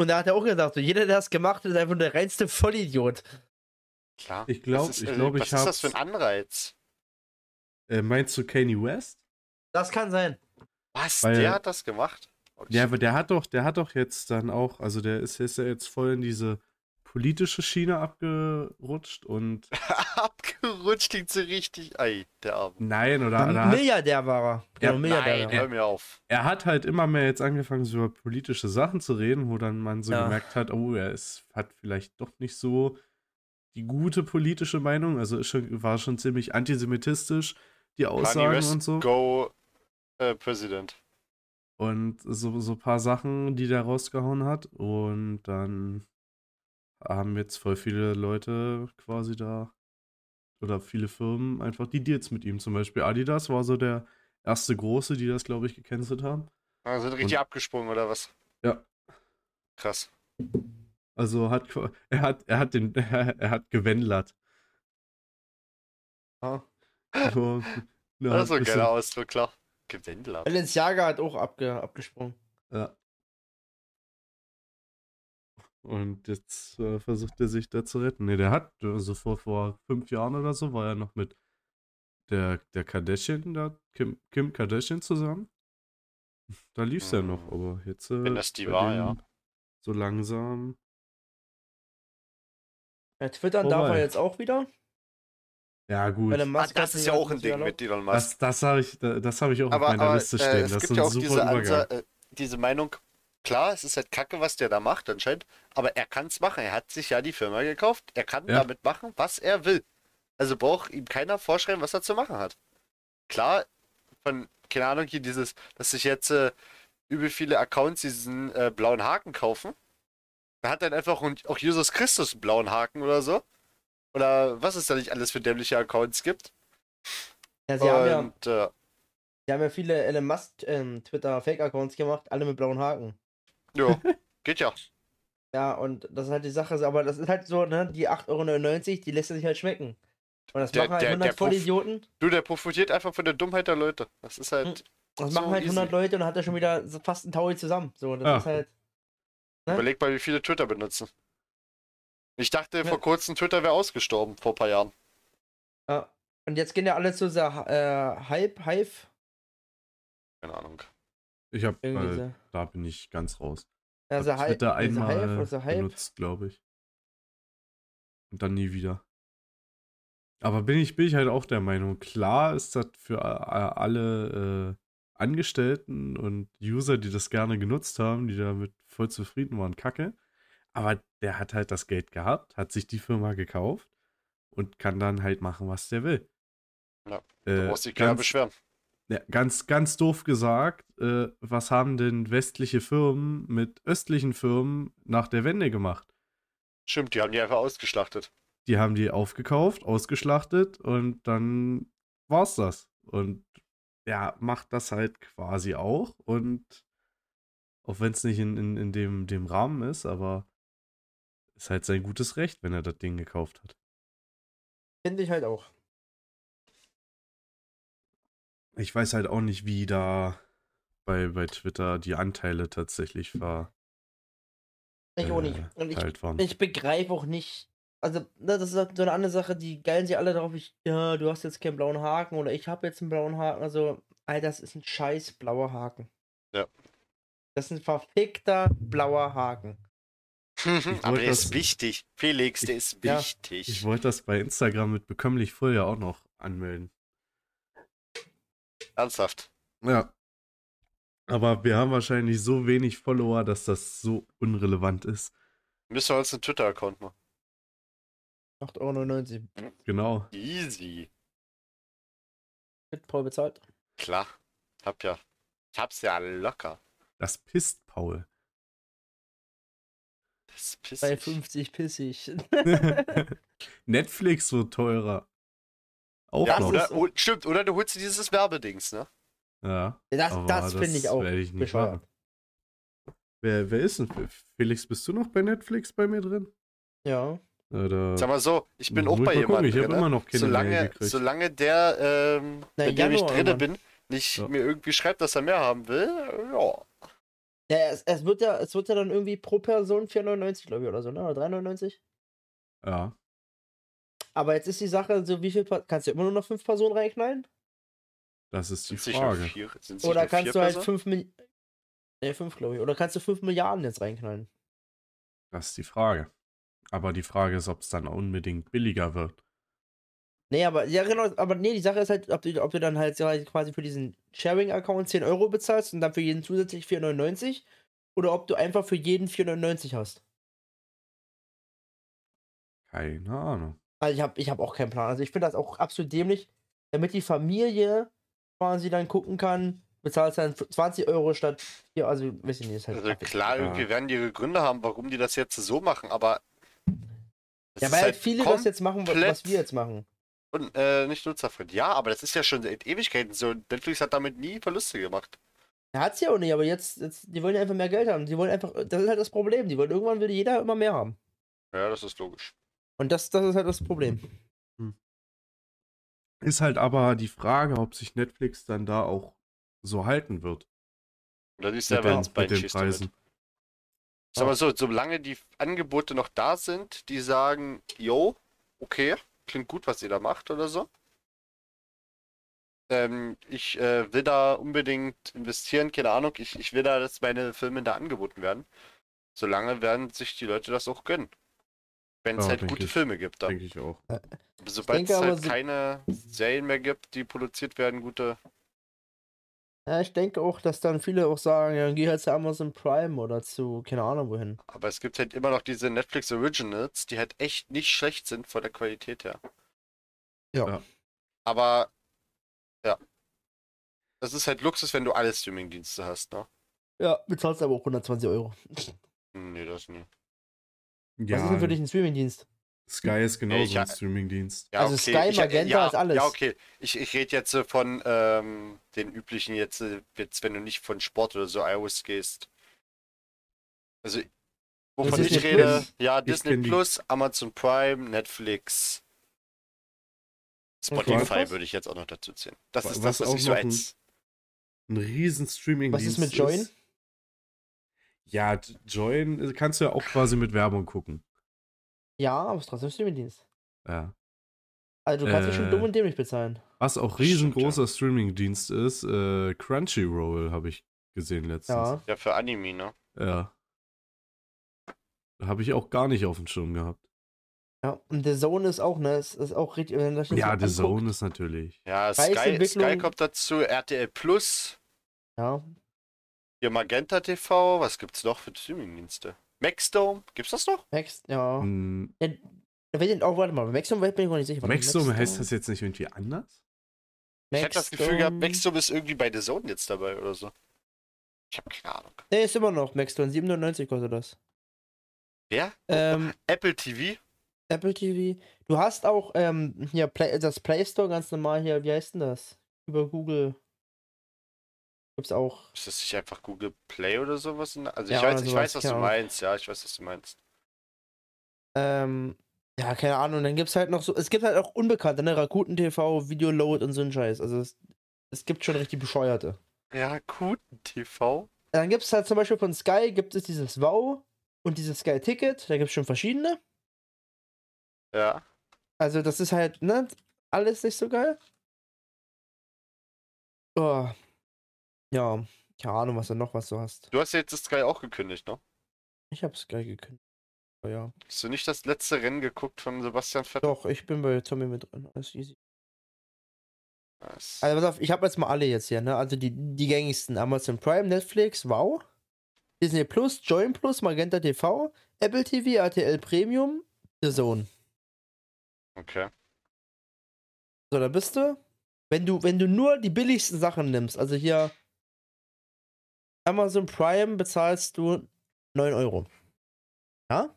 Und da hat er auch gesagt, so, jeder, der das gemacht hat, ist einfach der reinste Vollidiot.
Klar.
Ich glaub-
Was ist-
ich glaub, ich
Was ist das
hab's-
für ein Anreiz?
Äh, meinst du Kanye West?
Das kann sein.
Was?
Weil-
der hat das gemacht? Oh, Okay.
Ja, aber der hat doch, der hat doch jetzt dann auch, also der ist, ist ja jetzt voll in diese politische Schiene abgerutscht und
Abgerutscht klingt so richtig. Ei, der Arme.
nein, oder, oder hat,
Milliardär war er.
Ja,
Genau, Milliardär.
Nein,
war er.
hör mir auf.
er hat halt immer mehr jetzt angefangen, so über politische Sachen zu reden, wo dann man so
Ja.
gemerkt hat, oh, er ist, hat vielleicht doch nicht so die gute politische Meinung, also ist schon, war schon ziemlich antisemitistisch, die
Kanye
Aussagen
West,
und so.
go äh, President.
Und so, so ein paar Sachen, die der rausgehauen hat. Und dann haben jetzt voll viele Leute quasi da oder viele Firmen einfach die Deals mit ihm. Zum Beispiel Adidas war so der erste große, die das, glaube ich, gecancelt haben.
Ah, sind richtig abgesprungen oder was?
Ja.
Krass.
Also hat qua- er hat, er hat den, er hat gewendlert.
Ah.
So, ne,
das ist so
hat
ein
ein
geiler Ausdruck, klar. Gewendler.
Balenciaga hat auch abge abgesprungen.
bisschen- ja. Und jetzt äh, versucht er sich da zu retten. Ne, der hat, also vor, vor fünf Jahren oder so, war er noch mit der, der Kardashian, da, Kim, Kim Kardashian zusammen. Da lief's ja noch,
Hm.
aber jetzt. Äh,
Wenn das die
bei
war,
dem
ja.
So langsam.
Ja, twittern
Oh
darf er
wei.
jetzt auch wieder.
Ja, gut.
Weil der
Ah,
Musk
das
hat
ist
sich
ja
halt
auch ein
nicht
Ding
erlaubt.
mit Elon Musk.
Das, das habe ich, das habe ich auch
aber
auf meiner
aber
Liste
äh,
stehen.
es
das
gibt
ist
ja
ein
auch
super
diese,
Übergang.
Ansa äh, diese Meinung, klar, es ist halt kacke, was der da macht anscheinend, aber er kann es machen. Er hat sich ja die Firma gekauft. Er kann
Ja.
damit machen, was er will. Also braucht ihm keiner vorschreiben, was er zu machen hat. Klar, von, keine Ahnung, hier dieses, dass sich jetzt äh, übel viele Accounts diesen äh, blauen Haken kaufen. Da hat dann einfach und auch Jesus Christus einen blauen Haken oder so. Oder was es da nicht alles für dämliche Accounts gibt.
Ja, sie haben ja
und ja. äh,
Die haben ja viele Elon Musk ähm, Twitter Fake Accounts gemacht, alle mit blauen Haken.
ja, geht ja.
Ja, und das ist halt die Sache, aber das ist halt so, ne, die 8,99 Euro, die lässt er sich halt schmecken. Und das
Der-
machen halt
der-
100
der Puff.
Vollidioten,
Du, der profitiert einfach von der Dummheit der Leute. Das ist halt.
Hm,
das
So
machen halt 100
easy.
Leute und dann hat er schon wieder so fast ein Taui zusammen. So, das
Ja.
ist halt, Ne?
Überleg mal, wie viele Twitter benutzen. Ich dachte
Ja.
vor kurzem, Twitter wäre ausgestorben, vor ein paar Jahren.
ja. Und jetzt gehen ja alle zu dieser äh, Hype, Hive,
Keine Ahnung.
Ich habe,
irgendwie
äh,
so.
da bin ich ganz raus.
Ja, so
Also
Hype,
Twitter
diese
einmal
Hive oder so Hype.
benutzt, glaube ich. Und dann nie wieder. Aber bin ich, bin ich halt auch der Meinung, klar ist das für a- a- alle äh, Angestellten und User, die das gerne genutzt haben, die damit voll zufrieden waren, kacke. Aber der hat halt das Geld gehabt, hat sich die Firma gekauft und kann dann halt machen, was der will.
Ja,
äh,
Du brauchst dich keiner
ganz-
beschweren.
ja, ganz, ganz doof gesagt, äh, was haben denn westliche Firmen mit östlichen Firmen nach der Wende gemacht?
Stimmt, die haben die einfach ausgeschlachtet.
Die haben die aufgekauft, ausgeschlachtet und dann war's das. Und ja, macht das halt quasi auch. Und auch wenn es nicht in, in, in dem, dem Rahmen ist, aber ist halt sein gutes Recht, wenn er das Ding gekauft hat.
Finde ich halt auch.
Ich weiß halt auch nicht, wie da bei, bei Twitter die Anteile tatsächlich ver,
Ich auch nicht.
äh,
Und ich
verteilt waren.
Ich begreife auch nicht. Also, ne, das ist halt so eine andere Sache, die geilen sie alle drauf. Ich, ja, du hast jetzt keinen blauen Haken oder ich habe jetzt einen blauen Haken. Also, Alter, das ist ein scheiß blauer Haken.
Ja.
Das ist ein verfickter blauer Haken.
Aber
wollte
der ist
das-
wichtig. Felix, der ist
Ja.
wichtig.
Ich wollte das bei Instagram mit bekömmlich voll ja auch noch anmelden.
Ernsthaft.
Ja. Aber wir haben wahrscheinlich so wenig Follower, dass das so unrelevant ist.
Müssen wir uns einen Twitter-Account machen.
8,99 Euro.
Genau.
Easy.
Mit Paul bezahlt.
Klar. Hab ja. Ich hab's ja locker.
Das pisst Paul.
Das ist pissig.
Bei 50 pissig.
Netflix wird teurer. Auch
ja,
noch.
oder,
ist-
oh, stimmt, oder du holst dir dieses Werbedings, ne?
Ja,
Das,
aber
das finde ich auch.
werd Oh, ich nicht
bescheuert.
machen. Wer, wer ist denn? Felix, bist du noch bei Netflix bei mir drin?
Ja.
Oder?
Sag mal so, ich bin auch
Muss
bei
mal gucken,
jemandem.
Ich habe
drin, ne?
immer noch keine Mail
solange,
gekriegt.
solange der, ähm,
Na,
bei dem ich
Januar
drinne
irgendwann.
bin, nicht
Ja.
mir irgendwie schreibt, dass er mehr haben will, ja.
ja es, es, wird ja es wird ja dann irgendwie pro Person 4,99, glaube ich, oder so, ne? Oder 3,99.
ja.
Aber jetzt ist die Sache, so wie viel. Pa- Kannst du immer nur noch fünf Personen reinknallen?
Das ist die
Sind es nicht nur
Frage.
vier? Sind es nicht
Oder
nur vier
kannst du halt
Personen?
fünf Milliarden. Ne, fünf, glaube ich. Oder kannst du fünf Milliarden jetzt reinknallen?
Das ist die Frage. Aber die Frage ist, ob es dann unbedingt billiger wird.
Nee, aber ja genau, aber nee, die Sache ist halt, ob du, ob du dann halt so halt quasi für diesen Sharing-Account 10 Euro bezahlst und dann für jeden zusätzlich 4,99 oder ob du einfach für jeden 4,99 hast.
Keine Ahnung.
Also ich habe ich hab auch keinen Plan. Also ich finde das auch absolut dämlich, damit die Familie quasi dann gucken kann, bezahlst dann 20 Euro statt 4, also weiß ich nicht, ist halt
Also
kacke.
klar, irgendwie
Ja.
werden die ihre Gründe haben, warum die das jetzt so machen, aber. es
Ja,
ist
weil halt viele das jetzt machen, wa-
komplett-
was wir jetzt machen.
Und, äh, nicht nutzerfreundlich. Ja, aber das ist ja schon seit Ewigkeiten so. Netflix hat damit nie Verluste gemacht.
Er hat's ja auch nicht, aber jetzt, jetzt, die wollen ja einfach mehr Geld haben. Die wollen einfach, das ist halt das Problem. Die wollen irgendwann will jeder immer mehr haben.
Ja, das ist logisch.
Und das, das ist halt das Problem.
Hm.
Hm.
Ist halt aber die Frage, ob sich Netflix dann da auch so halten wird.
Und dann ist
Mit
der
den,
Wert bei
mit den Preisen.
Sag mal so, solange die Angebote noch da sind, die sagen, yo, okay, klingt gut, was ihr da macht oder so. Ähm, ich äh, will da unbedingt investieren, keine Ahnung, ich, ich will da, dass meine Filme da angeboten werden. Solange werden sich die Leute das auch gönnen. Wenn es
Ja,
halt
denke
gute
ich.
Filme gibt dann.
Denke ich auch.
Sobald
denke
es
aber
halt
so-
keine Serien mehr gibt, die produziert werden, gute.
Ja, ich denke auch, dass dann viele auch sagen, ja, dann geh halt zu Amazon Prime oder zu, keine Ahnung wohin.
Aber es gibt halt immer noch diese Netflix Originals, die halt echt nicht schlecht sind von der Qualität her.
Ja.
Ja.
Aber ja. Das ist halt Luxus, wenn du alle Streaming-Dienste hast, ne?
Ja, bezahlst aber auch 120 Euro.
Hm, Nee, das nie.
Ja,
Was ist denn für dich ein Streamingdienst?
Sky ist genauso
Ich-
ein Streamingdienst.
Ja,
Also Sky,
äh,
Magenta
ja,
ist alles.
Ja, okay. Ich, ich rede jetzt äh, von ähm, den üblichen jetzt, äh, jetzt, wenn du nicht von Sport oder so iOS gehst. Also, wovon
Disney
ich rede,
Plus.
ja,
Ich
Disney
kenn die-
Plus, Amazon Prime, Netflix,
Und
Spotify
Joypass?
würde ich jetzt auch noch dazu ziehen. Das
Wa-
ist
was
das, was
auch
ich so
noch ein-
als...
Ein riesen
Was ist
Streamingdienst.
mit Join?
Ist. Ja, J- Join äh, kannst du ja auch quasi mit Werbung gucken.
Ja, aber es ist trotzdem ein Streamingdienst.
Ja.
Also du kannst bestimmt
Äh.
dumm und dämlich bezahlen.
Was auch
Stimmt,
riesengroßer Streamingdienst ist, äh, Crunchyroll habe ich gesehen letztens.
Ja.
Ja, für Anime, ne?
Ja. Habe ich auch gar nicht auf dem Schirm gehabt.
Ja, und The Zone ist auch, ne? Es ist auch richtig. Wenn das
Ja, The Zone ist natürlich.
Ja, Sky,
Preisentwicklung-
Sky kommt dazu, RTL Plus,
Ja.
hier Magenta TV, was gibt's noch für Streamingdienste? Maxdome, gibt's das noch?
Max, ja.
Hm,
ja da weiß ich, oh, warte mal, bei Maxdome bin ich gar nicht sicher. Warte,
Maxdome heißt das jetzt nicht irgendwie anders?
Maxdome.
Ich hätte das Gefühl gehabt,
Maxdome.
Maxdome ist irgendwie bei The Zone jetzt dabei oder so. Ich hab keine Ahnung.
Nee, ist immer noch Maxdome. 7,99 kostet das.
Wer?
Ähm,
Apple TV?
Apple TV. Du hast auch ähm, hier Play, das Play Store ganz normal hier, wie heißt denn das? Über Google. Gibt's auch.
Ist das nicht einfach Google Play oder sowas? Also
Ja,
ich weiß,
oder
ich
sowas,
weiß, was du
keine Ahnung.
meinst. Ja, ich weiß, was du meinst.
Ähm, ja, keine Ahnung. Dann gibt's halt noch so. Es gibt halt auch Unbekannte, ne? Rakuten TV, Videoload und so ein Scheiß. Also es, es gibt schon richtig bescheuerte.
Ja, Kuten TV.
Dann gibt's halt zum Beispiel von Sky gibt es dieses Wow und dieses Sky Ticket. Da gibt's schon verschiedene.
Ja.
Also das ist halt, ne? Alles nicht so geil. Oh. Ja, keine Ahnung, was du noch was du hast.
Du hast ja jetzt das Sky auch gekündigt, ne?
Ich hab's geil gekündigt. Aber ja.
Hast du nicht das letzte Rennen geguckt von Sebastian Vettel?
Doch, ich bin bei Tommy mit drin. Alles easy.
Das-
Also pass auf, ich habe jetzt mal alle jetzt hier, ne? Also die, die gängigsten. Amazon Prime, Netflix, Wow, Disney Plus, Join Plus, Magenta TV, Apple TV, RTL Premium, The Zone.
Okay.
So, da bist du. Wenn du, wenn du nur die billigsten Sachen nimmst, also hier Amazon Prime bezahlst du 9 Euro. Ja?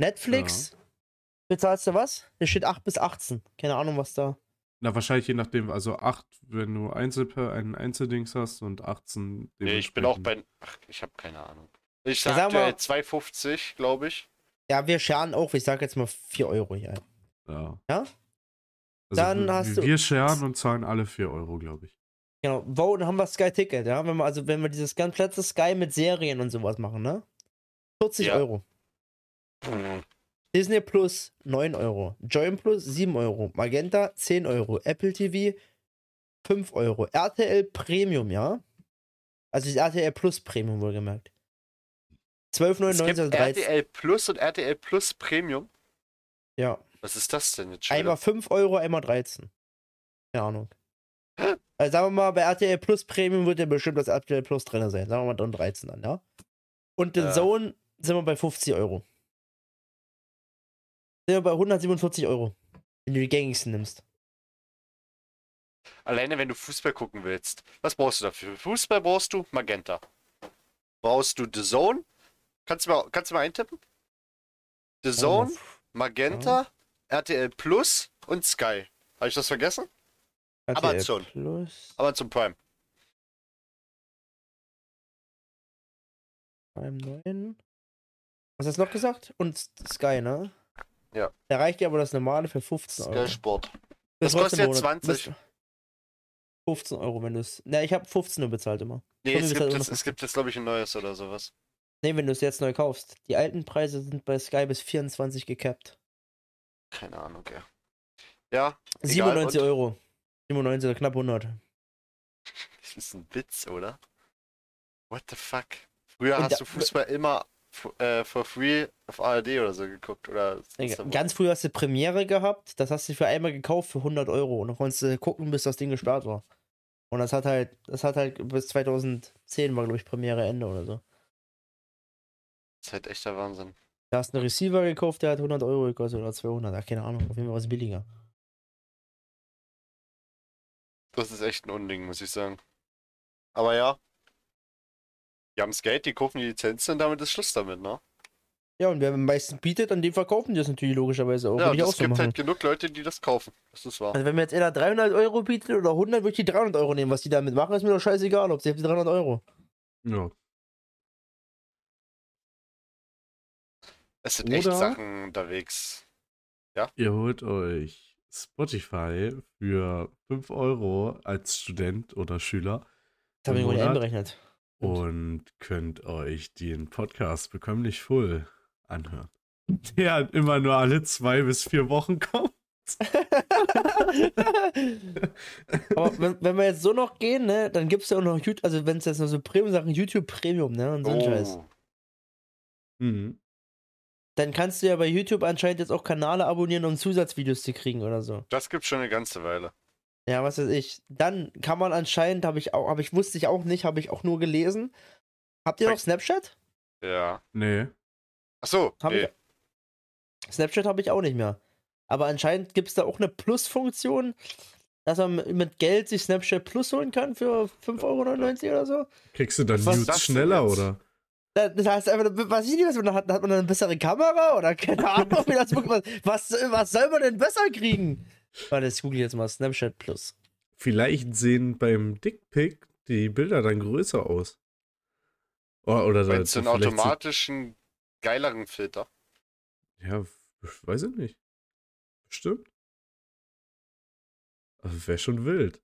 Netflix, bezahlst du was? Da steht 8 bis 18. Keine Ahnung, was da.
Na, wahrscheinlich je nachdem, also 8, wenn du Einzelper ein Einzeldings hast und 18.
Nee, ich bin auch bei. Ach, ich habe keine Ahnung. Ich
Ja,
sag
sag
aktuell
mal-
2,50, glaube ich.
Ja, wir scheren auch, ich sag jetzt mal 4 Euro hier. ein.
Ja.
Ja?
Also
Dann
wir,
hast du-
Wir scheren und zahlen alle 4 Euro, glaube ich.
Genau, wow, dann haben wir Sky Ticket, ja. Wenn wir, also wenn wir dieses ganz letzte Sky mit Serien und sowas machen, ne? 40
Ja.
Euro. Hm. Disney Plus 9 Euro, Join Plus 7 Euro, Magenta 10 Euro, Apple TV 5 Euro, RTL Premium, ja? Also das RTL Plus Premium wohlgemerkt.
Es gibt
12,99 also 13.
RTL Plus und RTL Plus Premium.
Ja.
Was ist das denn jetzt schon?
Einmal
wieder?
5 Euro, einmal 13. Keine Ahnung. Also sagen wir mal, bei RTL Plus Premium wird ja bestimmt das RTL Plus drin sein. Sagen wir mal dann 13 an, ja? Und den
Ja.
Zone sind wir bei 50 Euro. Sind wir bei 147 Euro. Wenn du die gängigsten nimmst.
Alleine wenn du Fußball gucken willst. Was brauchst du dafür? Fußball brauchst du Magenta. Brauchst du The Zone? Kannst du mal, kannst du mal eintippen? The
Warte mal,
Zone, Magenta, RTL Plus und Sky. Habe ich das vergessen?
RTL
Amazon.
Plus,
Aber zum Prime.
Prime 9. Was hast du noch gesagt? Und Sky, ne?
Ja.
Da reicht ja aber das normale für 15 Euro.
Sky Sport.
Bist
das kostet
trotzdem
jetzt
im Monat-
20.
bist- 15 Euro, wenn du es. Na, ich habe 15 Euro bezahlt immer.
Nee,
Können
es
wir
gibt,
das halt
jetzt, es gibt jetzt, glaube ich, ein neues oder sowas.
Ne, wenn du es jetzt neu kaufst. Die alten Preise sind bei Sky bis 24 gecapped.
Keine Ahnung, ja. Ja,
97
und?
Euro. 97 oder knapp 100.
das ist ein Witz, oder? What the fuck? Früher
Und
hast
da-
du Fußball immer f- äh, for free auf ARD oder so geguckt, oder? was
Egal.
da-
Ganz früh hast du Premiere gehabt, das hast du für einmal gekauft für 100 Euro und dann konntest du gucken, bis das Ding gesperrt war. Und das hat halt, das hat halt bis 2010 war, glaube ich, Premiere Ende oder so.
Das ist halt echter Wahnsinn.
Da hast du einen Receiver gekauft, der hat 100 Euro gekostet oder 200, ach, keine Ahnung, auf jeden Fall war es billiger.
Das ist echt ein Unding, muss ich sagen. Aber ja. Die haben Skate, die kaufen die Lizenzen und damit ist Schluss damit, ne?
Ja, und wer am meisten bietet, an dem verkaufen die das natürlich logischerweise auch.
ja,
Würde
und
ich auch
es
so
gibt
machen.
halt genug Leute, die das kaufen. Das ist wahr.
Also wenn mir jetzt einer 300 Euro bietet oder 100, würde ich die 300 Euro nehmen. Was die damit machen, ist mir doch scheißegal, ob sie die 300 Euro.
Ja.
Es sind echt
oder-
Sachen unterwegs.
Ihr holt euch Spotify für 5 Euro als Student oder Schüler
Das habe ich
Im
noch nicht
Monat?
einberechnet. Stimmt.
und könnt euch den Podcast bekömmlich full anhören. Der immer nur alle zwei bis vier Wochen kommt.
Aber wenn, wenn wir jetzt so noch gehen, ne, dann gibt es ja auch noch YouTube, also wenn es jetzt noch so Premium-Sachen, YouTube Premium, ne, und so ein Scheiß.
Oh,
Mhm.
Dann kannst du ja bei YouTube anscheinend jetzt auch Kanäle abonnieren, um Zusatzvideos zu kriegen oder so.
das gibt schon eine ganze Weile.
Ja, was weiß ich. Dann kann man anscheinend, habe ich auch, habe ich, wusste ich auch nicht, habe ich auch nur gelesen. Habt ihr noch Snapchat?
Ja. äh,
Nee.
Achso,
Hab
nee.
Snapchat habe ich auch nicht mehr. Aber anscheinend gibt es da auch eine Plus-Funktion, dass man mit Geld sich Snapchat Plus holen kann für 5,99 Euro oder so.
Kriegst du dann
Was
Nudes
sagst du
schneller,
jetzt?
oder?
Da- Das heißt einfach, weiß ich nicht, was man da hat. Hat man dann eine bessere Kamera oder keine Ahnung, wie das was, was, was soll man denn besser kriegen? Warte, jetzt google ich jetzt mal Snapchat Plus.
Vielleicht sehen beim Dickpick die Bilder dann größer aus. Oder,
Also,
oder da-
Meinst du einen
vielleicht sind-
automatischen, geileren Filter?
Ja, ich weiß ich nicht. Bestimmt. Also wäre schon wild.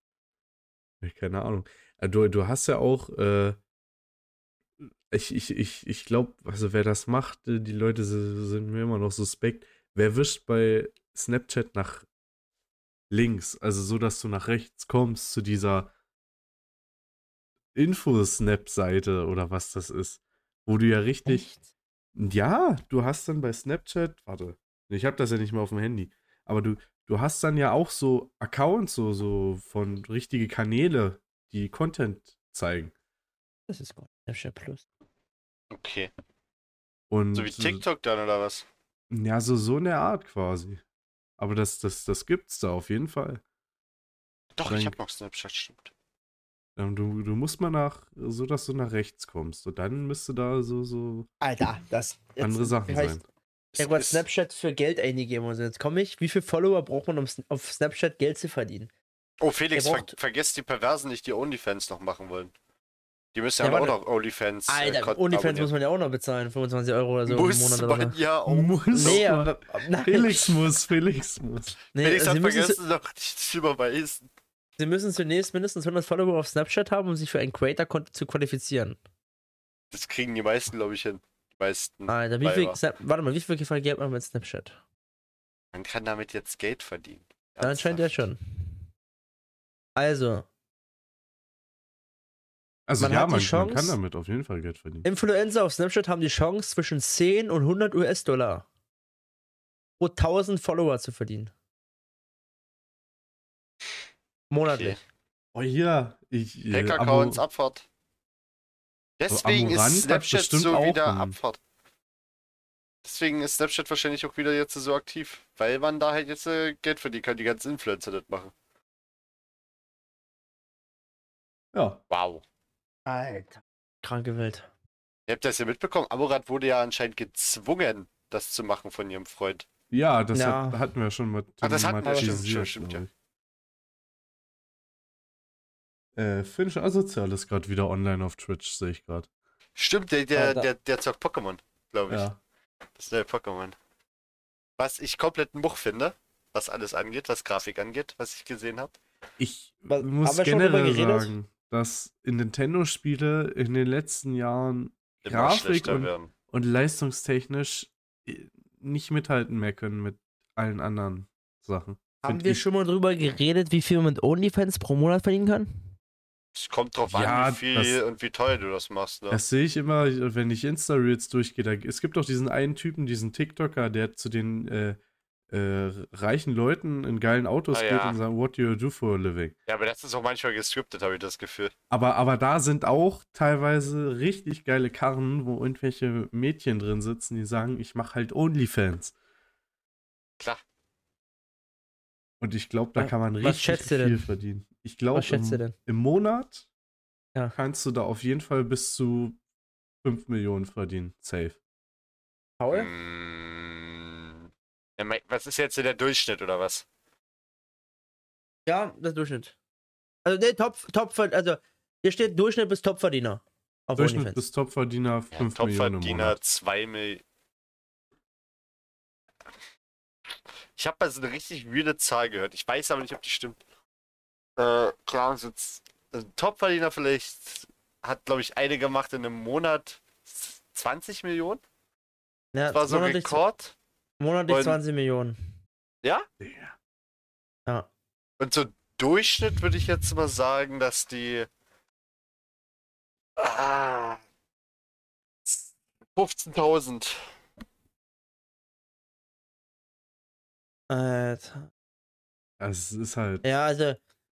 Ja, Keine Ahnung. Äh, Du, du hast ja auch, äh, ich, ich, ich, ich glaube, also wer das macht, äh, die Leute si- sind mir immer noch suspekt. Wer wischt bei Snapchat nach links, also so, dass du nach rechts kommst zu dieser Infosnap-Seite oder was das ist, wo du ja richtig ja, du hast dann bei Snapchat, warte, ich habe das ja nicht mehr auf dem Handy, aber du, du hast dann ja auch so Accounts, so, so von richtige Kanäle, die Content zeigen.
Das ist gut. Snapchat Plus.
Okay.
Hm,
Und
So wie TikTok dann oder was?
Ja, so, so eine Art quasi. Aber das, das, das gibt's da auf jeden Fall.
Doch,
Dann-
ich hab noch Snapchat, stimmt.
Ähm, Du, du musst mal nach, so dass du nach rechts kommst. Und dann müsste da so, so
Alter, das. jetzt-
andere Sachen
vielleicht-
sein.
Ich habe Snapchat für Geld eingegeben und so. Jetzt komme ich. Wie viel Follower braucht man, um Sn- auf Snapchat Geld zu verdienen?
Oh, Felix,
Der
ver
braucht-
vergesst die Perversen nicht, die OnlyFans noch machen wollen. Die müssen ja,
Ja,
auch
warte.
noch OnlyFans. äh,
Alter,
Konten
OnlyFans muss
abonnieren.
man ja auch noch bezahlen. 25 Euro oder so im Monat
muss
oder
man
so.
ja auch.
Muss
Nee,
man.
aber, nein,
Felix muss, Felix muss.
nee,
Felix
also
hat
sie, müssen, zu-
vergessen, noch nicht zu überweisen.
sie müssen zunächst mindestens 100 Follower auf Snapchat haben, um sich für ein Creator-Konto zu qualifizieren.
Das kriegen die meisten, glaube ich, hin. Die meisten.
Alter, Ah, wie
Weil
viel,
war-
Snap, warte mal, wie viel Geld machen wir mit Snapchat?
Man kann damit jetzt Geld verdienen.
Ja, anscheinend ja
Ernsthaft.
schon. Also,
Also
Man
ja,
hat die
man, man
Chance-
kann damit auf jeden Fall Geld verdienen.
Influencer auf Snapchat haben die Chance, zwischen 10 und 100 US-Dollar pro 1000 Follower zu verdienen. Monatlich.
Oh ja, ich. äh,
Hack-Accounts,
Abo-
Abfahrt. Deswegen
Amorant
ist
hat
Snapchat
bestimmt
so
auch
wieder
einen.
Abfahrt. Deswegen ist Snapchat wahrscheinlich auch wieder jetzt so aktiv, weil man da halt jetzt äh, Geld verdienen kann, die ganzen Influencer das machen.
Ja.
Wow.
Alter. Kranke Welt.
Ihr habt das ja mitbekommen, Amorat wurde ja anscheinend gezwungen, das zu machen von ihrem Freund.
Ja, das
Ja.
Hat, hatten wir schon mal.
Ah, das hatten wir schon,
thematisiert,
stimmt,
glaub ich. Äh, Finch Asozial ist gerade wieder online auf Twitch, sehe ich gerade.
Stimmt, der,
Ah,
der,
da-
der, der zockt Pokémon, glaube ich.
Ja.
Das neue Pokémon. Was ich komplett ein Much finde, was alles angeht, was Grafik angeht, was ich gesehen habe.
Ich
Was-
muss
haben wir schon drüber
generell
geredet?
sagen, dass in Nintendo-Spiele in den letzten Jahren
Immer
Grafik
schlechter
und-
werden.
und leistungstechnisch äh, nicht mithalten mehr können mit allen anderen Sachen.
Haben
Find
wir
ich.
schon mal drüber geredet, wie viel man mit OnlyFans pro Monat verdienen kann?
Es kommt drauf
Ja,
an, wie viel
das-
und wie teuer du das machst. Ne?
Das sehe ich immer, wenn ich Insta-Reels durchgehe. Da, es gibt doch diesen einen Typen, diesen TikToker, der zu den äh, äh, reichen Leuten in geilen Autos
Ah,
geht
ja.
und sagt, what do you do for a living?
ja, aber das ist auch manchmal gescriptet, habe ich das Gefühl.
Aber, aber da sind auch teilweise richtig geile Karren, wo irgendwelche Mädchen drin sitzen, die sagen, ich mache halt Onlyfans.
Klar.
Und ich glaube, da
Was-
kann man
was
richtig
schätzt ihr
viel
denn?
verdienen. Ich glaube,
Was schätzt ihr
im,
denn?
im Monat
Ja.
kannst du da auf jeden Fall bis zu 5 Millionen verdienen. Safe.
Paul?
Mm. Ja, mei- Was ist jetzt der Durchschnitt oder was?
Ja, das Durchschnitt. Also, der Top, Top, also, hier steht Durchschnitt bis Topverdiener. Auf
Durchschnitt
OnlyFans.
bis Topverdiener 5 Millionen im
Topverdiener
Monat.
2 Millionen. Ich habe mal so eine richtig weirde Zahl gehört. Ich weiß aber nicht, ob die stimmt. Äh, klar, so z- also ein Topverdiener vielleicht hat, glaube ich, eine gemacht in einem Monat 20 Millionen.
ja,
Das war so ein
monatlich,
Rekord.
monatlich
Und-
20 Millionen.
Ja.
Und so Durchschnitt würde ich jetzt mal sagen, dass die ah, 15.000.
Alter.
Es ist halt.
Ja, also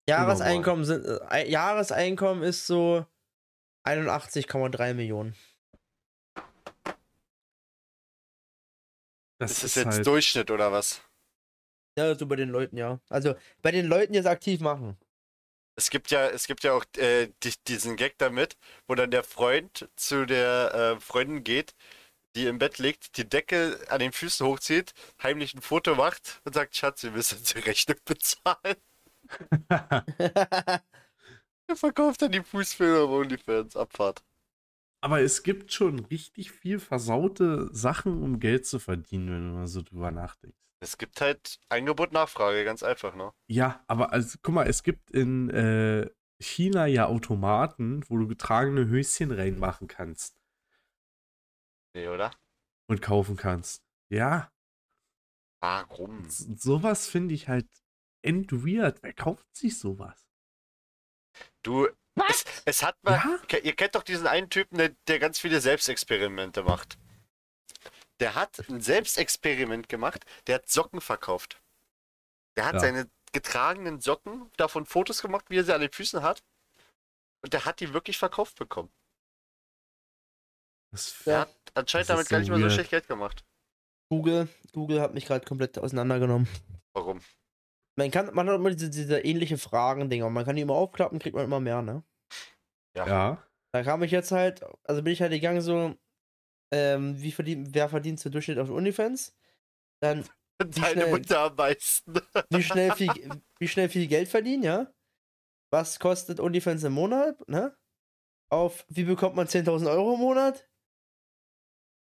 Jahreseinkommen sind äh, ein- Jahreseinkommen ist so 81,3 Millionen.
Das,
Das ist,
ist,
jetzt
halt.
Durchschnitt oder was?
Ja, so bei den Leuten, ja. Also bei den Leuten, die es aktiv machen.
Es gibt ja, es gibt ja auch äh, di- diesen Gag damit, wo dann der Freund zu der äh, Freundin geht, die im Bett liegt, die Decke an den Füßen hochzieht, heimlich ein Foto macht und sagt, Schatz, wir müssen jetzt die Rechnung bezahlen. Er verkauft dann die Fußfilme auf OnlyFans, Abfahrt.
Aber es gibt schon richtig viel versaute Sachen, um Geld zu verdienen, wenn du mal so drüber nachdenkst.
Es gibt halt Angebot, Nachfrage, ganz einfach, ne?
Ja, aber also, guck mal, es gibt in äh, China ja Automaten, wo du getragene Höschen reinmachen kannst
Nee, oder?
und kaufen kannst. Ja,
Warum?
s- sowas finde ich halt end weird. Wer kauft sich sowas?
Du, es, es hat mal,
Ja?
Ke- Ihr kennt doch diesen einen Typen, der, der ganz viele Selbstexperimente macht. Der hat ein Selbstexperiment gemacht, der hat Socken verkauft. Der hat
Ja.
seine getragenen Socken, davon Fotos gemacht, wie er sie an den Füßen hat. Und der hat die wirklich verkauft bekommen.
Das
Der
Ja.
hat anscheinend
Das
damit
ist
gar
so
nicht mal so
weird.
schlecht Geld gemacht.
Google, Google hat mich gerade komplett auseinandergenommen.
Warum?
Man kann, man hat immer diese, diese ähnliche Fragen-Dinger. Man kann die immer aufklappen, kriegt man immer mehr, ne?
Ja.
Da kam ich jetzt halt, also bin ich halt gegangen so, ähm, wie verdient, wer verdient so Durchschnitt auf OnlyFans? Dann, Wie
Deine
schnell-
Mutter am meisten.
wie schnell viel, wie schnell viel Geld verdienen, ja? Was kostet OnlyFans im Monat, ne? Auf, wie bekommt man 10.000 Euro im Monat?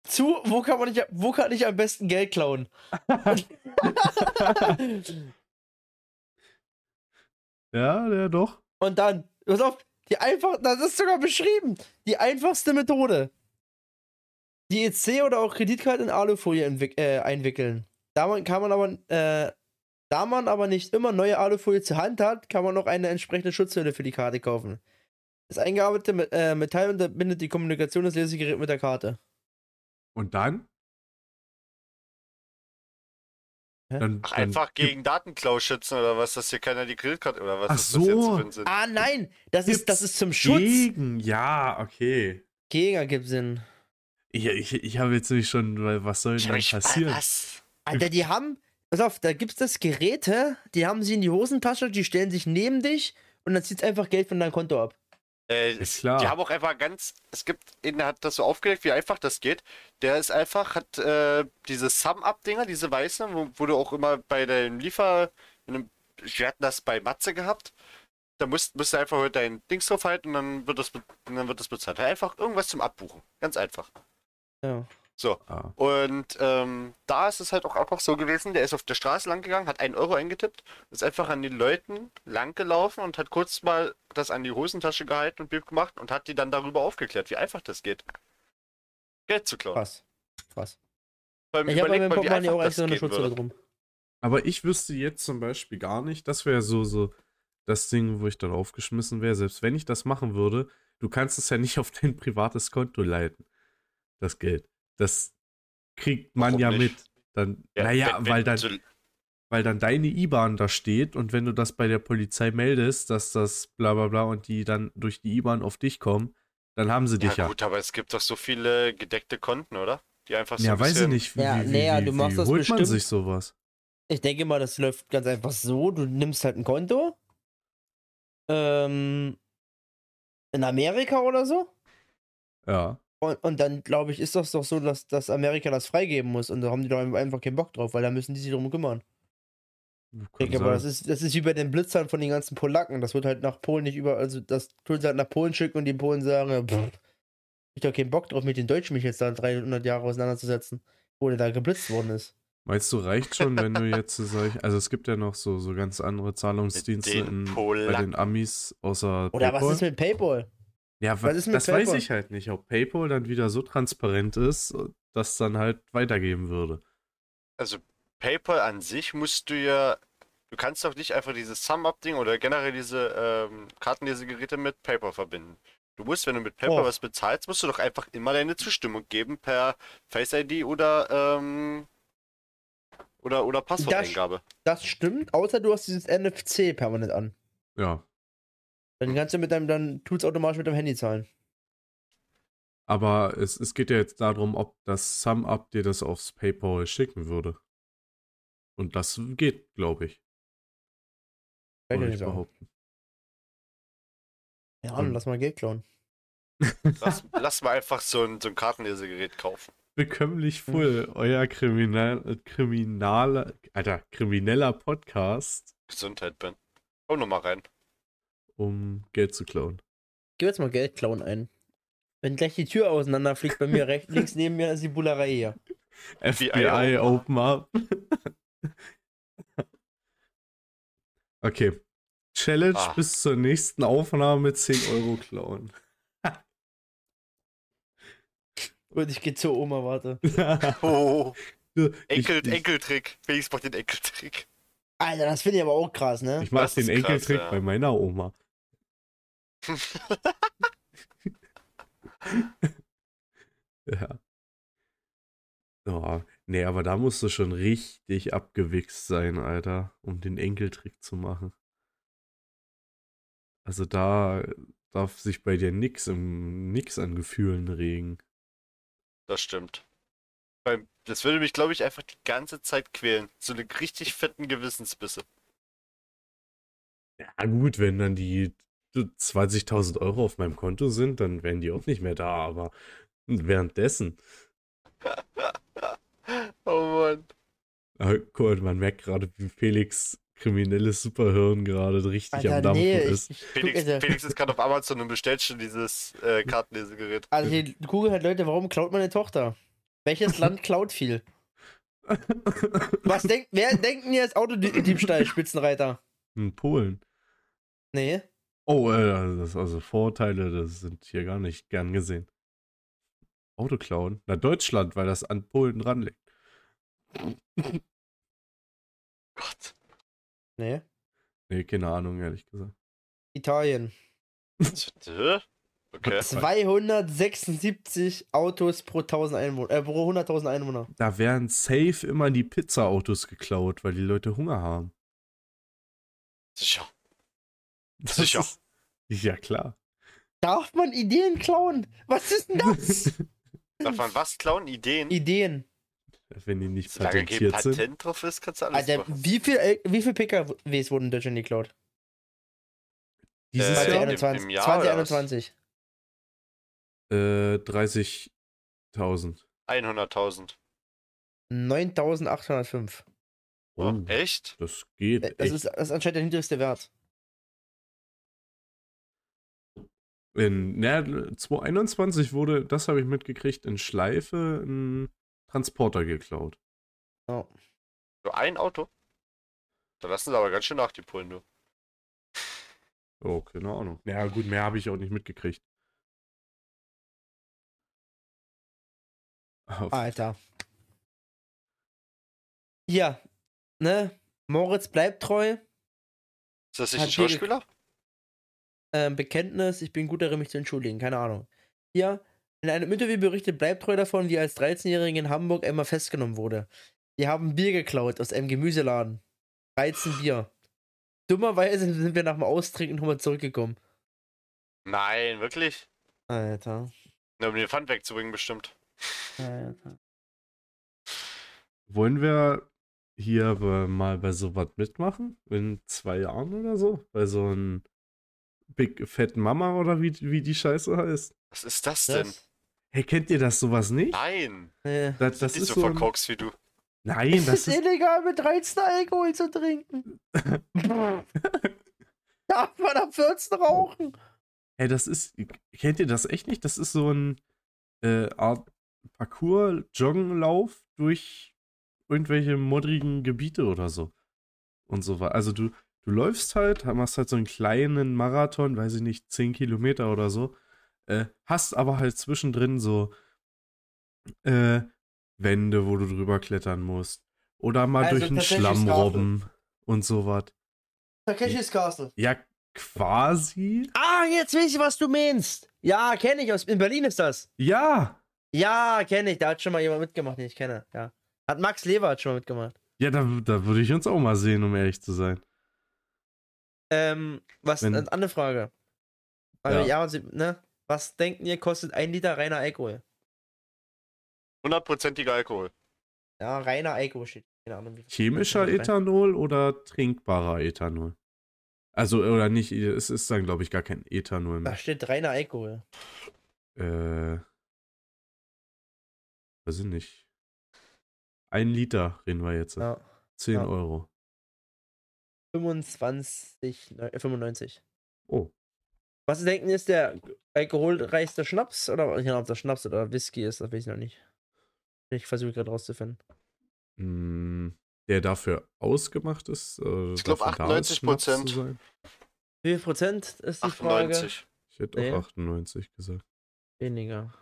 Zu, wo kann man nicht, wo kann ich am besten Geld klauen?
Ja, ja, doch.
Und dann, pass auf, die einfach, das ist sogar beschrieben, die einfachste Methode. Die EC oder auch Kreditkarte in Alufolie entwick- äh, einwickeln. Da man, kann man aber, äh, da man aber nicht immer neue Alufolie zur Hand hat, kann man auch eine entsprechende Schutzhülle für die Karte kaufen. Das eingearbeitete Me- äh, Metall unterbindet die Kommunikation des Lesegeräts mit der Karte.
Und dann?
Hä?
Dann,
Ach,
dann
einfach
gibt-
gegen Datenklau schützen oder was, dass hier keiner die Grillkarte oder was
Ach
ist das jetzt
so.
für ein Sinn?
Ah, nein! Das ist, das
Gibt's
ist zum Schutz.
Gegen, ja, okay.
Gegner gibt Sinn.
Ich, ich, ich habe jetzt nämlich schon, weil was soll denn dann passieren?
Was?
Alter, die haben. Pass auf, da gibt's das Geräte, die haben sie in die Hosentasche, die stellen sich neben dich und dann zieht's einfach Geld von deinem Konto ab.
Äh,
Ja,
es-
klar.
Die haben auch einfach ganz, es gibt, ihn hat das so aufgedeckt, wie einfach das geht. Der ist einfach, hat äh, diese Sum-Up-Dinger, diese weißen, wo, wo du auch immer bei deinem Liefer, in einem, wir hatten das bei Matze gehabt, da musst, musst du einfach heute dein Dings drauf halten und dann wird das, be- und dann wird das bezahlt. Einfach irgendwas zum Abbuchen, ganz einfach.
Ja.
Ah,
Und ähm, da ist es halt auch einfach so gewesen, der ist auf der Straße lang gegangen, hat einen Euro eingetippt, ist einfach an den Leuten lang gelaufen und hat kurz mal das an die Hosentasche gehalten und Bieb gemacht und hat die dann darüber aufgeklärt, wie einfach das geht. Geld zu klauen.
Krass. Krass.
Vor allem
Ich habe beim
überlegt man, wie
Pokémon ja
einfach
auch echt
das
so eine
gehen
Schutzhülle
würde.
drum.
Aber ich wüsste jetzt zum Beispiel gar nicht, das wäre so, so das Ding, wo ich dann aufgeschmissen wäre, selbst wenn ich das machen würde, du kannst es ja nicht auf dein privates Konto leiten, das Geld. Das kriegt man
Warum
ja
nicht?
mit. Dann, naja, weil dann,
so-
weil dann deine IBAN da steht und wenn du das bei der Polizei meldest, dass das bla bla bla und die dann durch die IBAN auf dich kommen, dann haben sie
ja,
dich ja.
gut, aber es gibt doch so viele gedeckte Konten, oder? Die einfach so
Ja,
ein
weiß ich
bisschen-
nicht, wie,
Ja,
wie, wie,
naja,
wie,
du machst
wie
das
holt man
bestimmt-
sich sowas?
Ich denke mal, das läuft ganz einfach so. Du nimmst halt ein Konto. Ähm, in Amerika oder so.
Ja.
Und, und dann, glaube ich, ist das doch so, dass, dass Amerika das freigeben muss. Und da haben die doch einfach keinen Bock drauf, weil da müssen die sich drum kümmern. Ich
kann
denke aber, das
sein.
ist, das ist wie bei den Blitzern von den ganzen Polacken. Das wird halt nach Polen nicht über. Also, das tun sie halt nach Polen schicken und die Polen sagen: "Pff, Ich hab doch keinen Bock drauf, mit den Deutschen mich jetzt da 300 Jahre auseinanderzusetzen, wo der da geblitzt worden ist.
Meinst du, reicht schon, wenn du jetzt so solch, also es gibt ja noch so, so ganz andere Zahlungsdienste
den
in, bei
Polacken.
den Amis außer
Oder
PayPal?
was ist mit Paypal?
ja,
was
was
ist
ist
mit
das weiß
PayPal?
ich halt nicht, ob PayPal dann wieder so transparent ist, dass dann halt weitergeben würde.
also PayPal an sich musst du ja, du kannst doch nicht einfach dieses Sum-Up-Ding oder generell diese ähm, Kartenlesegeräte mit PayPal verbinden. Du musst, wenn du mit
Oh.
PayPal
Doch.
was bezahlst, musst du doch einfach immer deine Zustimmung geben per Face ID oder ähm, oder oder Passworteingabe.
Das stimmt, außer du hast dieses NFC permanent an.
Ja.
Dann kannst du mit deinem, dann tut's automatisch mit deinem Handy zahlen.
Aber es, es geht ja jetzt darum, ob das SumUp dir das aufs PayPal schicken würde. Und das geht, glaube ich.
Kann ich
würde ich
nicht sagen.
behaupten. Hm.
Ja, Ahnung, lass mal Geld klauen.
Lass, lass mal einfach so ein, so ein Kartenlesegerät kaufen.
Bekömmlich
Hm.
voll, euer Kriminal, Kriminaler, Alter, krimineller Podcast,
Gesundheit, Ben. Komm nochmal rein.
um Geld zu klauen.
Gib jetzt mal Geld klauen ein. Wenn gleich die Tür auseinanderfliegt bei mir, rechts, links neben mir ist die Bullerei hier.
FBI Open Up. okay. Challenge
Ah.
bis zur nächsten Aufnahme 10 Euro klauen.
Und ich geh zur Oma, warte.
Oh,
ich,
Enkel,
ich,
Enkeltrick. Felix macht den Enkeltrick.
Alter, das finde ich aber auch krass, ne?
ich mach
Das ist
den
krass,
Enkeltrick
ja.
bei meiner Oma. ja. Oh, nee, aber da musst du schon richtig abgewichst sein, Alter, um den Enkeltrick zu machen. Also da darf sich bei dir nix, im, nix an Gefühlen regen.
Das stimmt. Beim- Das würde mich, glaube ich, einfach die ganze Zeit quälen. So eine richtig fetten Gewissensbisse.
Ja, gut, wenn dann die 20.000 Euro auf meinem Konto sind, dann wären die auch nicht mehr da, aber währenddessen.
Oh Mann.
Aber Ah, guck mal, man merkt gerade, wie Felix kriminelles Superhirn gerade richtig am
Alter,
Dampfen
nee,
ist.
ich, ich guck,
Felix,
Alter,
Felix ist gerade auf Amazon und bestellt schon dieses äh, Kartenlesegerät.
also hier, Google hat Leute, warum klaut meine Tochter? Welches Land klaut viel? Was denkt, wer denkt denn jetzt Autodiebstahl, Spitzenreiter?
In Polen.
Nee.
Oh, äh, das, also Vorurteile, das sind hier gar nicht gern gesehen. Autoklauen? Na, Deutschland, weil das an Polen dran liegt.
Gott.
Nee.
Nee, keine Ahnung, ehrlich gesagt.
Italien.
Hä? Okay.
276 Autos pro 1000 Einwohner, äh, pro 100.000 Einwohner.
Da werden safe immer die Pizza-Autos geklaut, weil die Leute Hunger haben.
Sicher.
Das
Sicher.
Ist, ja, klar.
Darf man Ideen klauen? Was ist denn das?
Darf man was klauen? Ideen?
Ideen.
Wenn die nicht
Solange kein
patentiert sind.
Patent drauf ist, kannst du alles
Alter,
machen.
wie viel, L- wie viel PKWs wurden in Deutschland geklaut?
Dieses
Äh,
Jahr
im- im Jahr
2021.
äh, 30.000.
100.000.
9805.
Oh,
Oh,
echt?
das geht.
Äh, Das
echt.
ist, das ist anscheinend der niedrigste Wert.
In, na, 2021 wurde, das habe ich mitgekriegt, in Schleife ein Transporter geklaut.
Nur ein Auto? Da lassen sie aber ganz schön nach, die Polen, du.
Oh, keine Ahnung. Ja, gut, mehr habe ich auch nicht mitgekriegt. Auf-
Alter. Ja, ne? Moritz bleibt treu.
Ist das nicht
Hat
ein
die gek-
Schauspieler?
ähm, Bekenntnis, ich bin gut darin, mich zu entschuldigen, keine Ahnung. Hier, in einem Interview berichtet Bleibtreu davon, wie er als 13-Jähriger in Hamburg einmal festgenommen wurde. Wir haben Bier geklaut aus einem Gemüseladen. 13 Bier. Dummerweise sind wir nach dem Austrinken nochmal zurückgekommen.
Nein, wirklich?
Alter,
Na, um den Pfand wegzubringen, bestimmt.
Alter.
Wollen wir hier aber mal bei sowas mitmachen? In zwei Jahren oder so? Bei so einem Big Fat Mama oder wie, wie die Scheiße heißt?
Was ist das denn?
Das?
Hey, kennt ihr das sowas nicht?
Nein.
Nee.
Das, das
nicht
ist
so
so ein,
verkorkst wie du.
Nein,
Es
das
ist
ist.
illegal, mit 13 Alkohol zu trinken. Darf man ab 14 rauchen?
Hey, das ist. Kennt ihr das echt nicht? Das ist so ein äh, Art Parcours-Joggenlauf durch irgendwelche modrigen Gebiete oder so. Und so weiter. Also du, du läufst halt, machst halt so einen kleinen Marathon, weiß ich nicht, 10 Kilometer oder so. Äh, hast aber halt zwischendrin so äh, Wände, wo du drüber klettern musst. Oder mal
Also
durch einen
tatsächlich
Schlamm
Schafe.
robben und so was.
Takeshis Castle.
Ja, quasi.
Ah, jetzt weiß ich, was du meinst. Ja, kenne ich aus. In Berlin ist das.
Ja!
Ja, kenne ich. Da hat schon mal jemand mitgemacht, den ich kenne. Ja. Hat Max Lever schon mal mitgemacht.
Ja, da, da würde ich uns auch mal sehen, um ehrlich zu sein.
Ähm, was,
Wenn-
eine andere Frage.
Ja.
Also, ja. und sie- ne? Was denken ihr, kostet ein Liter reiner Alkohol?
Hundertprozentiger Alkohol.
Ja, reiner Alkohol steht. Keine Ahnung, wie viel-
Chemischer
Rein-
Ethanol oder trinkbarer Ethanol? Also, oder nicht, es ist dann, glaube ich, gar kein Ethanol
Da
mehr.
steht reiner Alkohol.
Äh, weiß ich nicht. Ein Liter reden wir jetzt.
Ja.
10
ja.
Euro.
25, neu- äh, 95.
Oh.
Was denken ist der alkoholreichste Schnaps? Oder ich weiß nicht, ob das Schnaps oder Whisky ist, das weiß ich noch nicht. Ich versuche gerade rauszufinden.
Hm, der dafür ausgemacht ist. Äh,
Ich glaub,
dafür da ist,
98%.
Schnaps zu sein.
Wie viel Prozent ist die Frage?
98.
Ich hätte
Nee.
auch 98 gesagt.
Weniger.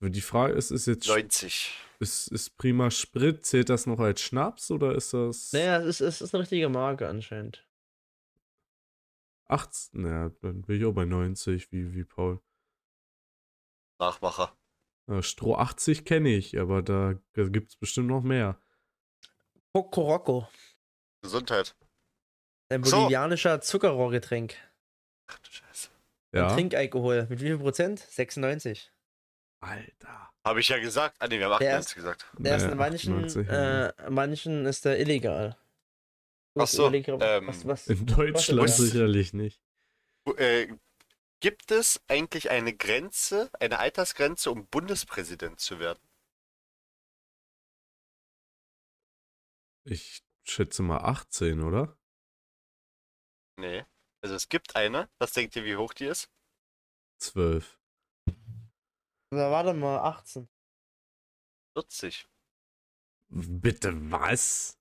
Die Frage ist, ist jetzt
90.
ist, ist prima Sprit, zählt das noch als Schnaps oder ist das.
Naja, es ist, es ist eine richtige Marke anscheinend.
18, naja, dann bin ich auch bei 90, wie, wie Paul.
Nachmacher.
Äh, Stroh 80 kenne ich, aber da gibt es bestimmt noch mehr.
Pocorocco.
Gesundheit.
Ein
So.
bolivianischer Zuckerrohrgetränk.
Ach du Scheiße.
Ja.
Trinkalkohol. Mit wie viel Prozent? 96.
Alter.
Habe ich ja gesagt. Ah, nee, wir haben
Der
98 gesagt.
Der ist
Naja,
in manchen,
98, ja.
äh, in manchen ist der illegal.
Ach so,
Überleg,
ähm,
was, was,
In
was-
Deutschland
was-
sicherlich nicht.
Äh, gibt es eigentlich eine Grenze, eine Altersgrenze, um Bundespräsident zu werden?
Ich schätze mal 18, oder?
Nee. Also es gibt eine. Was denkt ihr, wie hoch die ist?
12.
Na, warte mal, 18.
40.
Bitte was?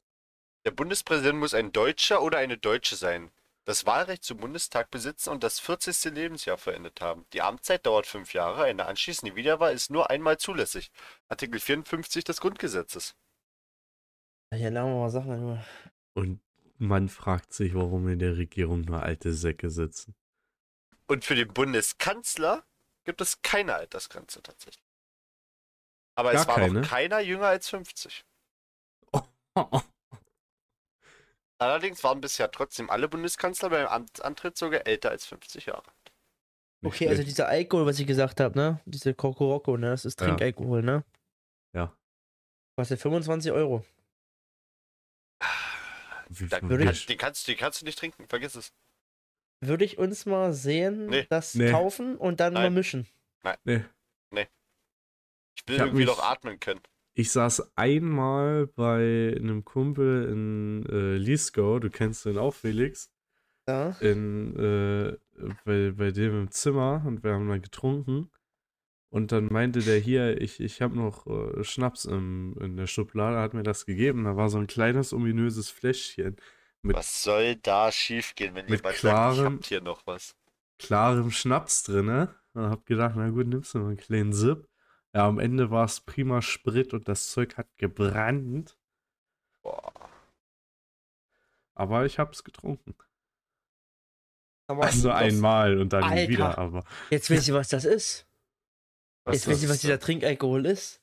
Der Bundespräsident muss ein Deutscher oder eine Deutsche sein, das Wahlrecht zum Bundestag besitzen und das 40. Lebensjahr verendet haben. Die Amtszeit dauert fünf Jahre, eine anschließende Wiederwahl ist nur einmal zulässig. Artikel 54 des Grundgesetzes.
Hier lernen wir mal Sachen. Junge.
Und man fragt sich, warum in der Regierung nur alte Säcke sitzen.
Und für den Bundeskanzler gibt es keine Altersgrenze tatsächlich. Aber es
Gar
war
keine?
noch keiner jünger als 50. Allerdings waren bisher trotzdem alle Bundeskanzler beim Amt Antritt sogar älter als 50 Jahre.
Nicht
Okay, also
schlecht.
dieser Alkohol, was ich gesagt habe, ne? Diese Kokoroko, ne? Das ist
Ja.
Trinkalkohol, ne?
Ja.
Kostet 25 Euro.
Wie
Da,
viel
würde
kann,
Wisch?
den, kannst, den kannst du nicht trinken, vergiss es.
Würde ich uns mal sehen,
Nee.
das
Nee.
kaufen und dann mal
Nein.
mischen.
Nee.
Ich will
Ich hab
irgendwie
mich-
noch atmen können.
Ich saß einmal bei einem Kumpel in äh, Liesgau, du kennst den auch, Felix,
Ja.
in, äh, bei, bei dem im Zimmer und wir haben dann getrunken. Und dann meinte der hier, ich, ich habe noch äh, Schnaps im, in der Schublade, hat mir das gegeben. Da war so ein kleines ominöses Fläschchen. Mit-
Was soll da schief gehen, wenn
mit
jemand sagt, ich
klarem-
hab hier noch was?
klarem Schnaps drinne und hab gedacht, na gut, nimmst du mal einen kleinen Sip. Ja, am Ende war es prima Sprit und das Zeug hat gebrannt,
Boah.
aber ich hab's getrunken.
Aber
Also
das-
einmal und dann nie
Alter.
wieder, aber
Jetzt weiß ich, was das ist.
Was
Jetzt weiß ich,
ist
was dieser
das?
Trinkalkohol ist.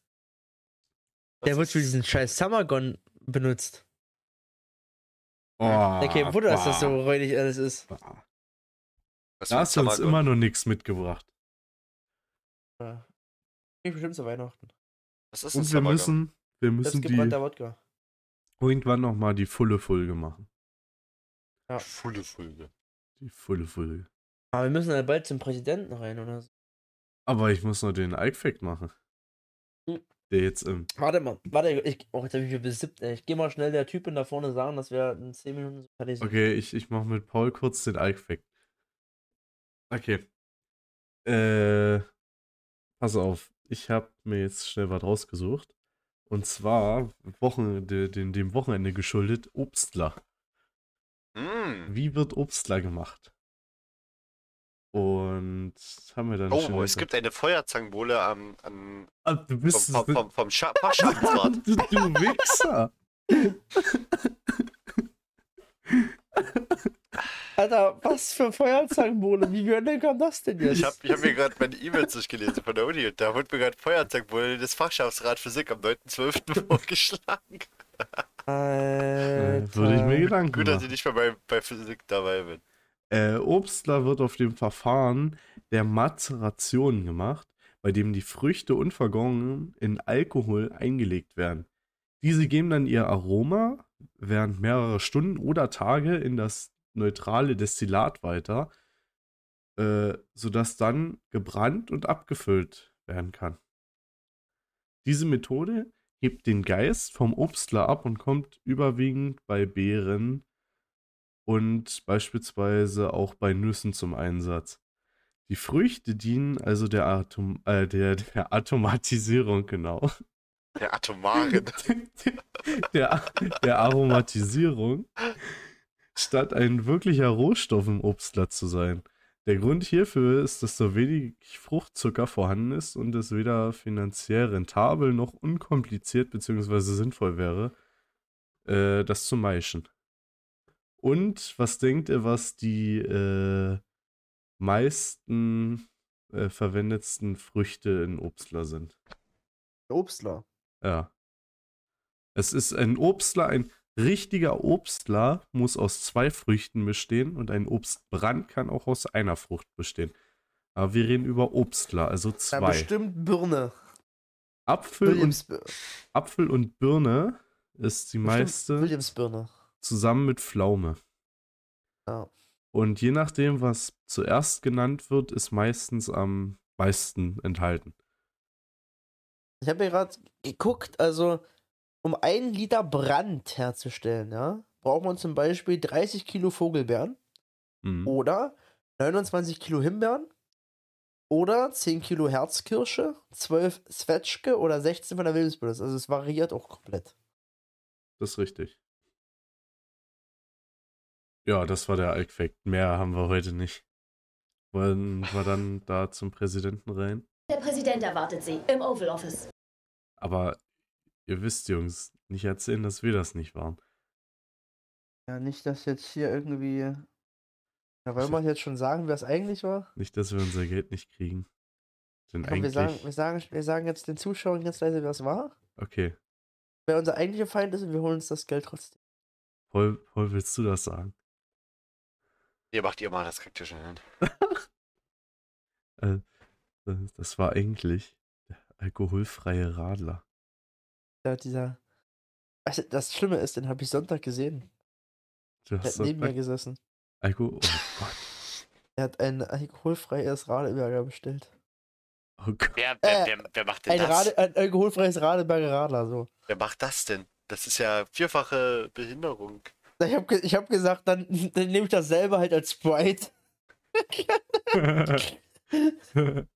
Der
Was
wird
ist
für diesen scheiß Summergon benutzt.
oh,
okay, Wunder, dass das
bah,
so räudig alles ist.
bah.
das
Da hast du uns
Samagon?
immer noch nichts mitgebracht.
Ja. Krieg Ich bestimmt zu Weihnachten.
Was ist
Und
das
wir
Samagon?
müssen, wir müssen die
Selbstgebrannter Wodka.
irgendwann nochmal die volle Folge machen.
Ja.
Fulle Folge.
Die volle Folge.
Aber wir müssen dann bald zum Präsidenten rein oder so.
Aber ich muss noch den Ike-Fact machen.
Hm.
Der jetzt im.
Warte mal, warte, ich, oh, jetzt hab ich mich besippt, ey. Ich geh mal schnell der Typin da vorne sagen, dass wir in 10 Minuten so fertig sind.
Okay, ich, ich mache mit Paul kurz den Ike-Fact. Okay. Äh, pass auf, ich habe mir jetzt schnell was rausgesucht. Und zwar Wochen, de, dem, dem Wochenende geschuldet, Obstler.
Mm.
Wie wird Obstler gemacht? Und haben wir dann
Oh,
schnell-
es gibt eine Feuerzangenbowle am, am,
Ah, du
vom,
bist
vom, vom, vom Scha Fachschaftsrat.
du, du Wichser.
Alter, was für Feuerzangenbowle? Wie denn kam das denn jetzt?
Ich habe ich hab mir gerade meine E-Mails durchgelesen von der Uni und da wurde mir gerade Feuerzangenbowle des Fachschaftsrat Physik am 9.12. vorgeschlagen.
Äh,
Alter.
Würde ich mir Gedanken
Gut,
machen.
dass ich nicht mehr bei, bei Physik dabei bin.
Äh, Obstler wird auf dem Verfahren der Mazeration gemacht, bei dem die Früchte und Vergorenen in Alkohol eingelegt werden. Diese geben dann ihr Aroma während mehrerer Stunden oder Tage in das neutrale Destillat weiter, äh, sodass dann gebrannt und abgefüllt werden kann. Diese Methode hebt den Geist vom Obstler ab und kommt überwiegend bei Beeren, und beispielsweise auch bei Nüssen zum Einsatz. Die Früchte dienen also der, Atom, äh, der, der Automatisierung, genau.
Der Atomaren.
der, der Aromatisierung, statt ein wirklicher Rohstoff im Obstblatt zu sein. Der Grund hierfür ist, dass so wenig Fruchtzucker vorhanden ist und es weder finanziell rentabel noch unkompliziert bzw. sinnvoll wäre, äh, das zu meischen. Und was denkt ihr, was die äh, meisten äh, verwendetsten Früchte in Obstler sind?
Obstler.
Ja. Es ist ein Obstler, ein richtiger Obstler muss aus zwei Früchten bestehen und ein Obstbrand kann auch aus einer Frucht bestehen. Aber wir reden über Obstler, also
Na,
zwei.
bestimmt Birne.
Apfel und,
Williams,
Apfel und Birne ist die meiste
Williams Birne.
zusammen mit Pflaume.
Ja.
Und je nachdem, was zuerst genannt wird, ist meistens am meisten enthalten.
Ich habe mir gerade geguckt, also um einen Liter Brand herzustellen, ja, braucht man zum Beispiel 30 Kilo Vogelbeeren
Mhm.
oder 29 Kilo Himbeeren oder 10 Kilo Herzkirsche, 12 Zwetschge oder 16 von der Wilhelmsbüttel. Also es variiert auch komplett.
Das ist richtig. Ja, das war der Altfact. Mehr haben wir heute nicht. Wollen wir dann da zum Präsidenten rein?
Der Präsident erwartet Sie im Oval Office.
Aber ihr wisst, Jungs, nicht erzählen, dass wir das nicht waren.
Ja, nicht, dass jetzt hier irgendwie. Ja, wollen wir jetzt schon sagen, wer es eigentlich war?
Nicht, dass wir unser Geld nicht kriegen.
Komm,
Denn
wir
eigentlich.
sagen, wir, sagen, wir sagen jetzt den Zuschauern ganz leise, wer es war.
okay,
Wer unser eigentlicher Feind ist und wir holen uns das Geld trotzdem.
Paul, Paul, willst du das sagen?
Ihr macht ihr mal, das kriegt ihr schon hin.
Äh, Das war eigentlich der alkoholfreie Radler.
Ja, dieser. Also, das Schlimme ist, den habe ich Sonntag gesehen.
Du
Der
hast
hat neben mir
doch
gesessen.
Alkohol. Oh Gott.
Er hat ein alkoholfreies Radeberger bestellt.
Oh Gott.
Wer,
Äh,
wer, wer, wer macht denn
Ein,
das?
Rade, ein alkoholfreies Radeberger Radler, so.
Wer macht das denn? Das ist ja vierfache Behinderung.
Ich habe ge ich hab gesagt, dann, dann nehme ich das selber halt als Sprite.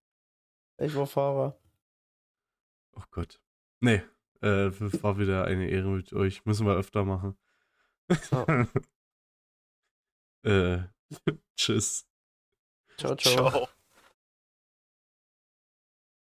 Ich war Fahrer.
Oh Gott. Nee, äh, war wieder eine Ehre mit euch. Müssen wir öfter machen.
Ja.
äh, tschüss.
Ciao, ciao.
Ciao.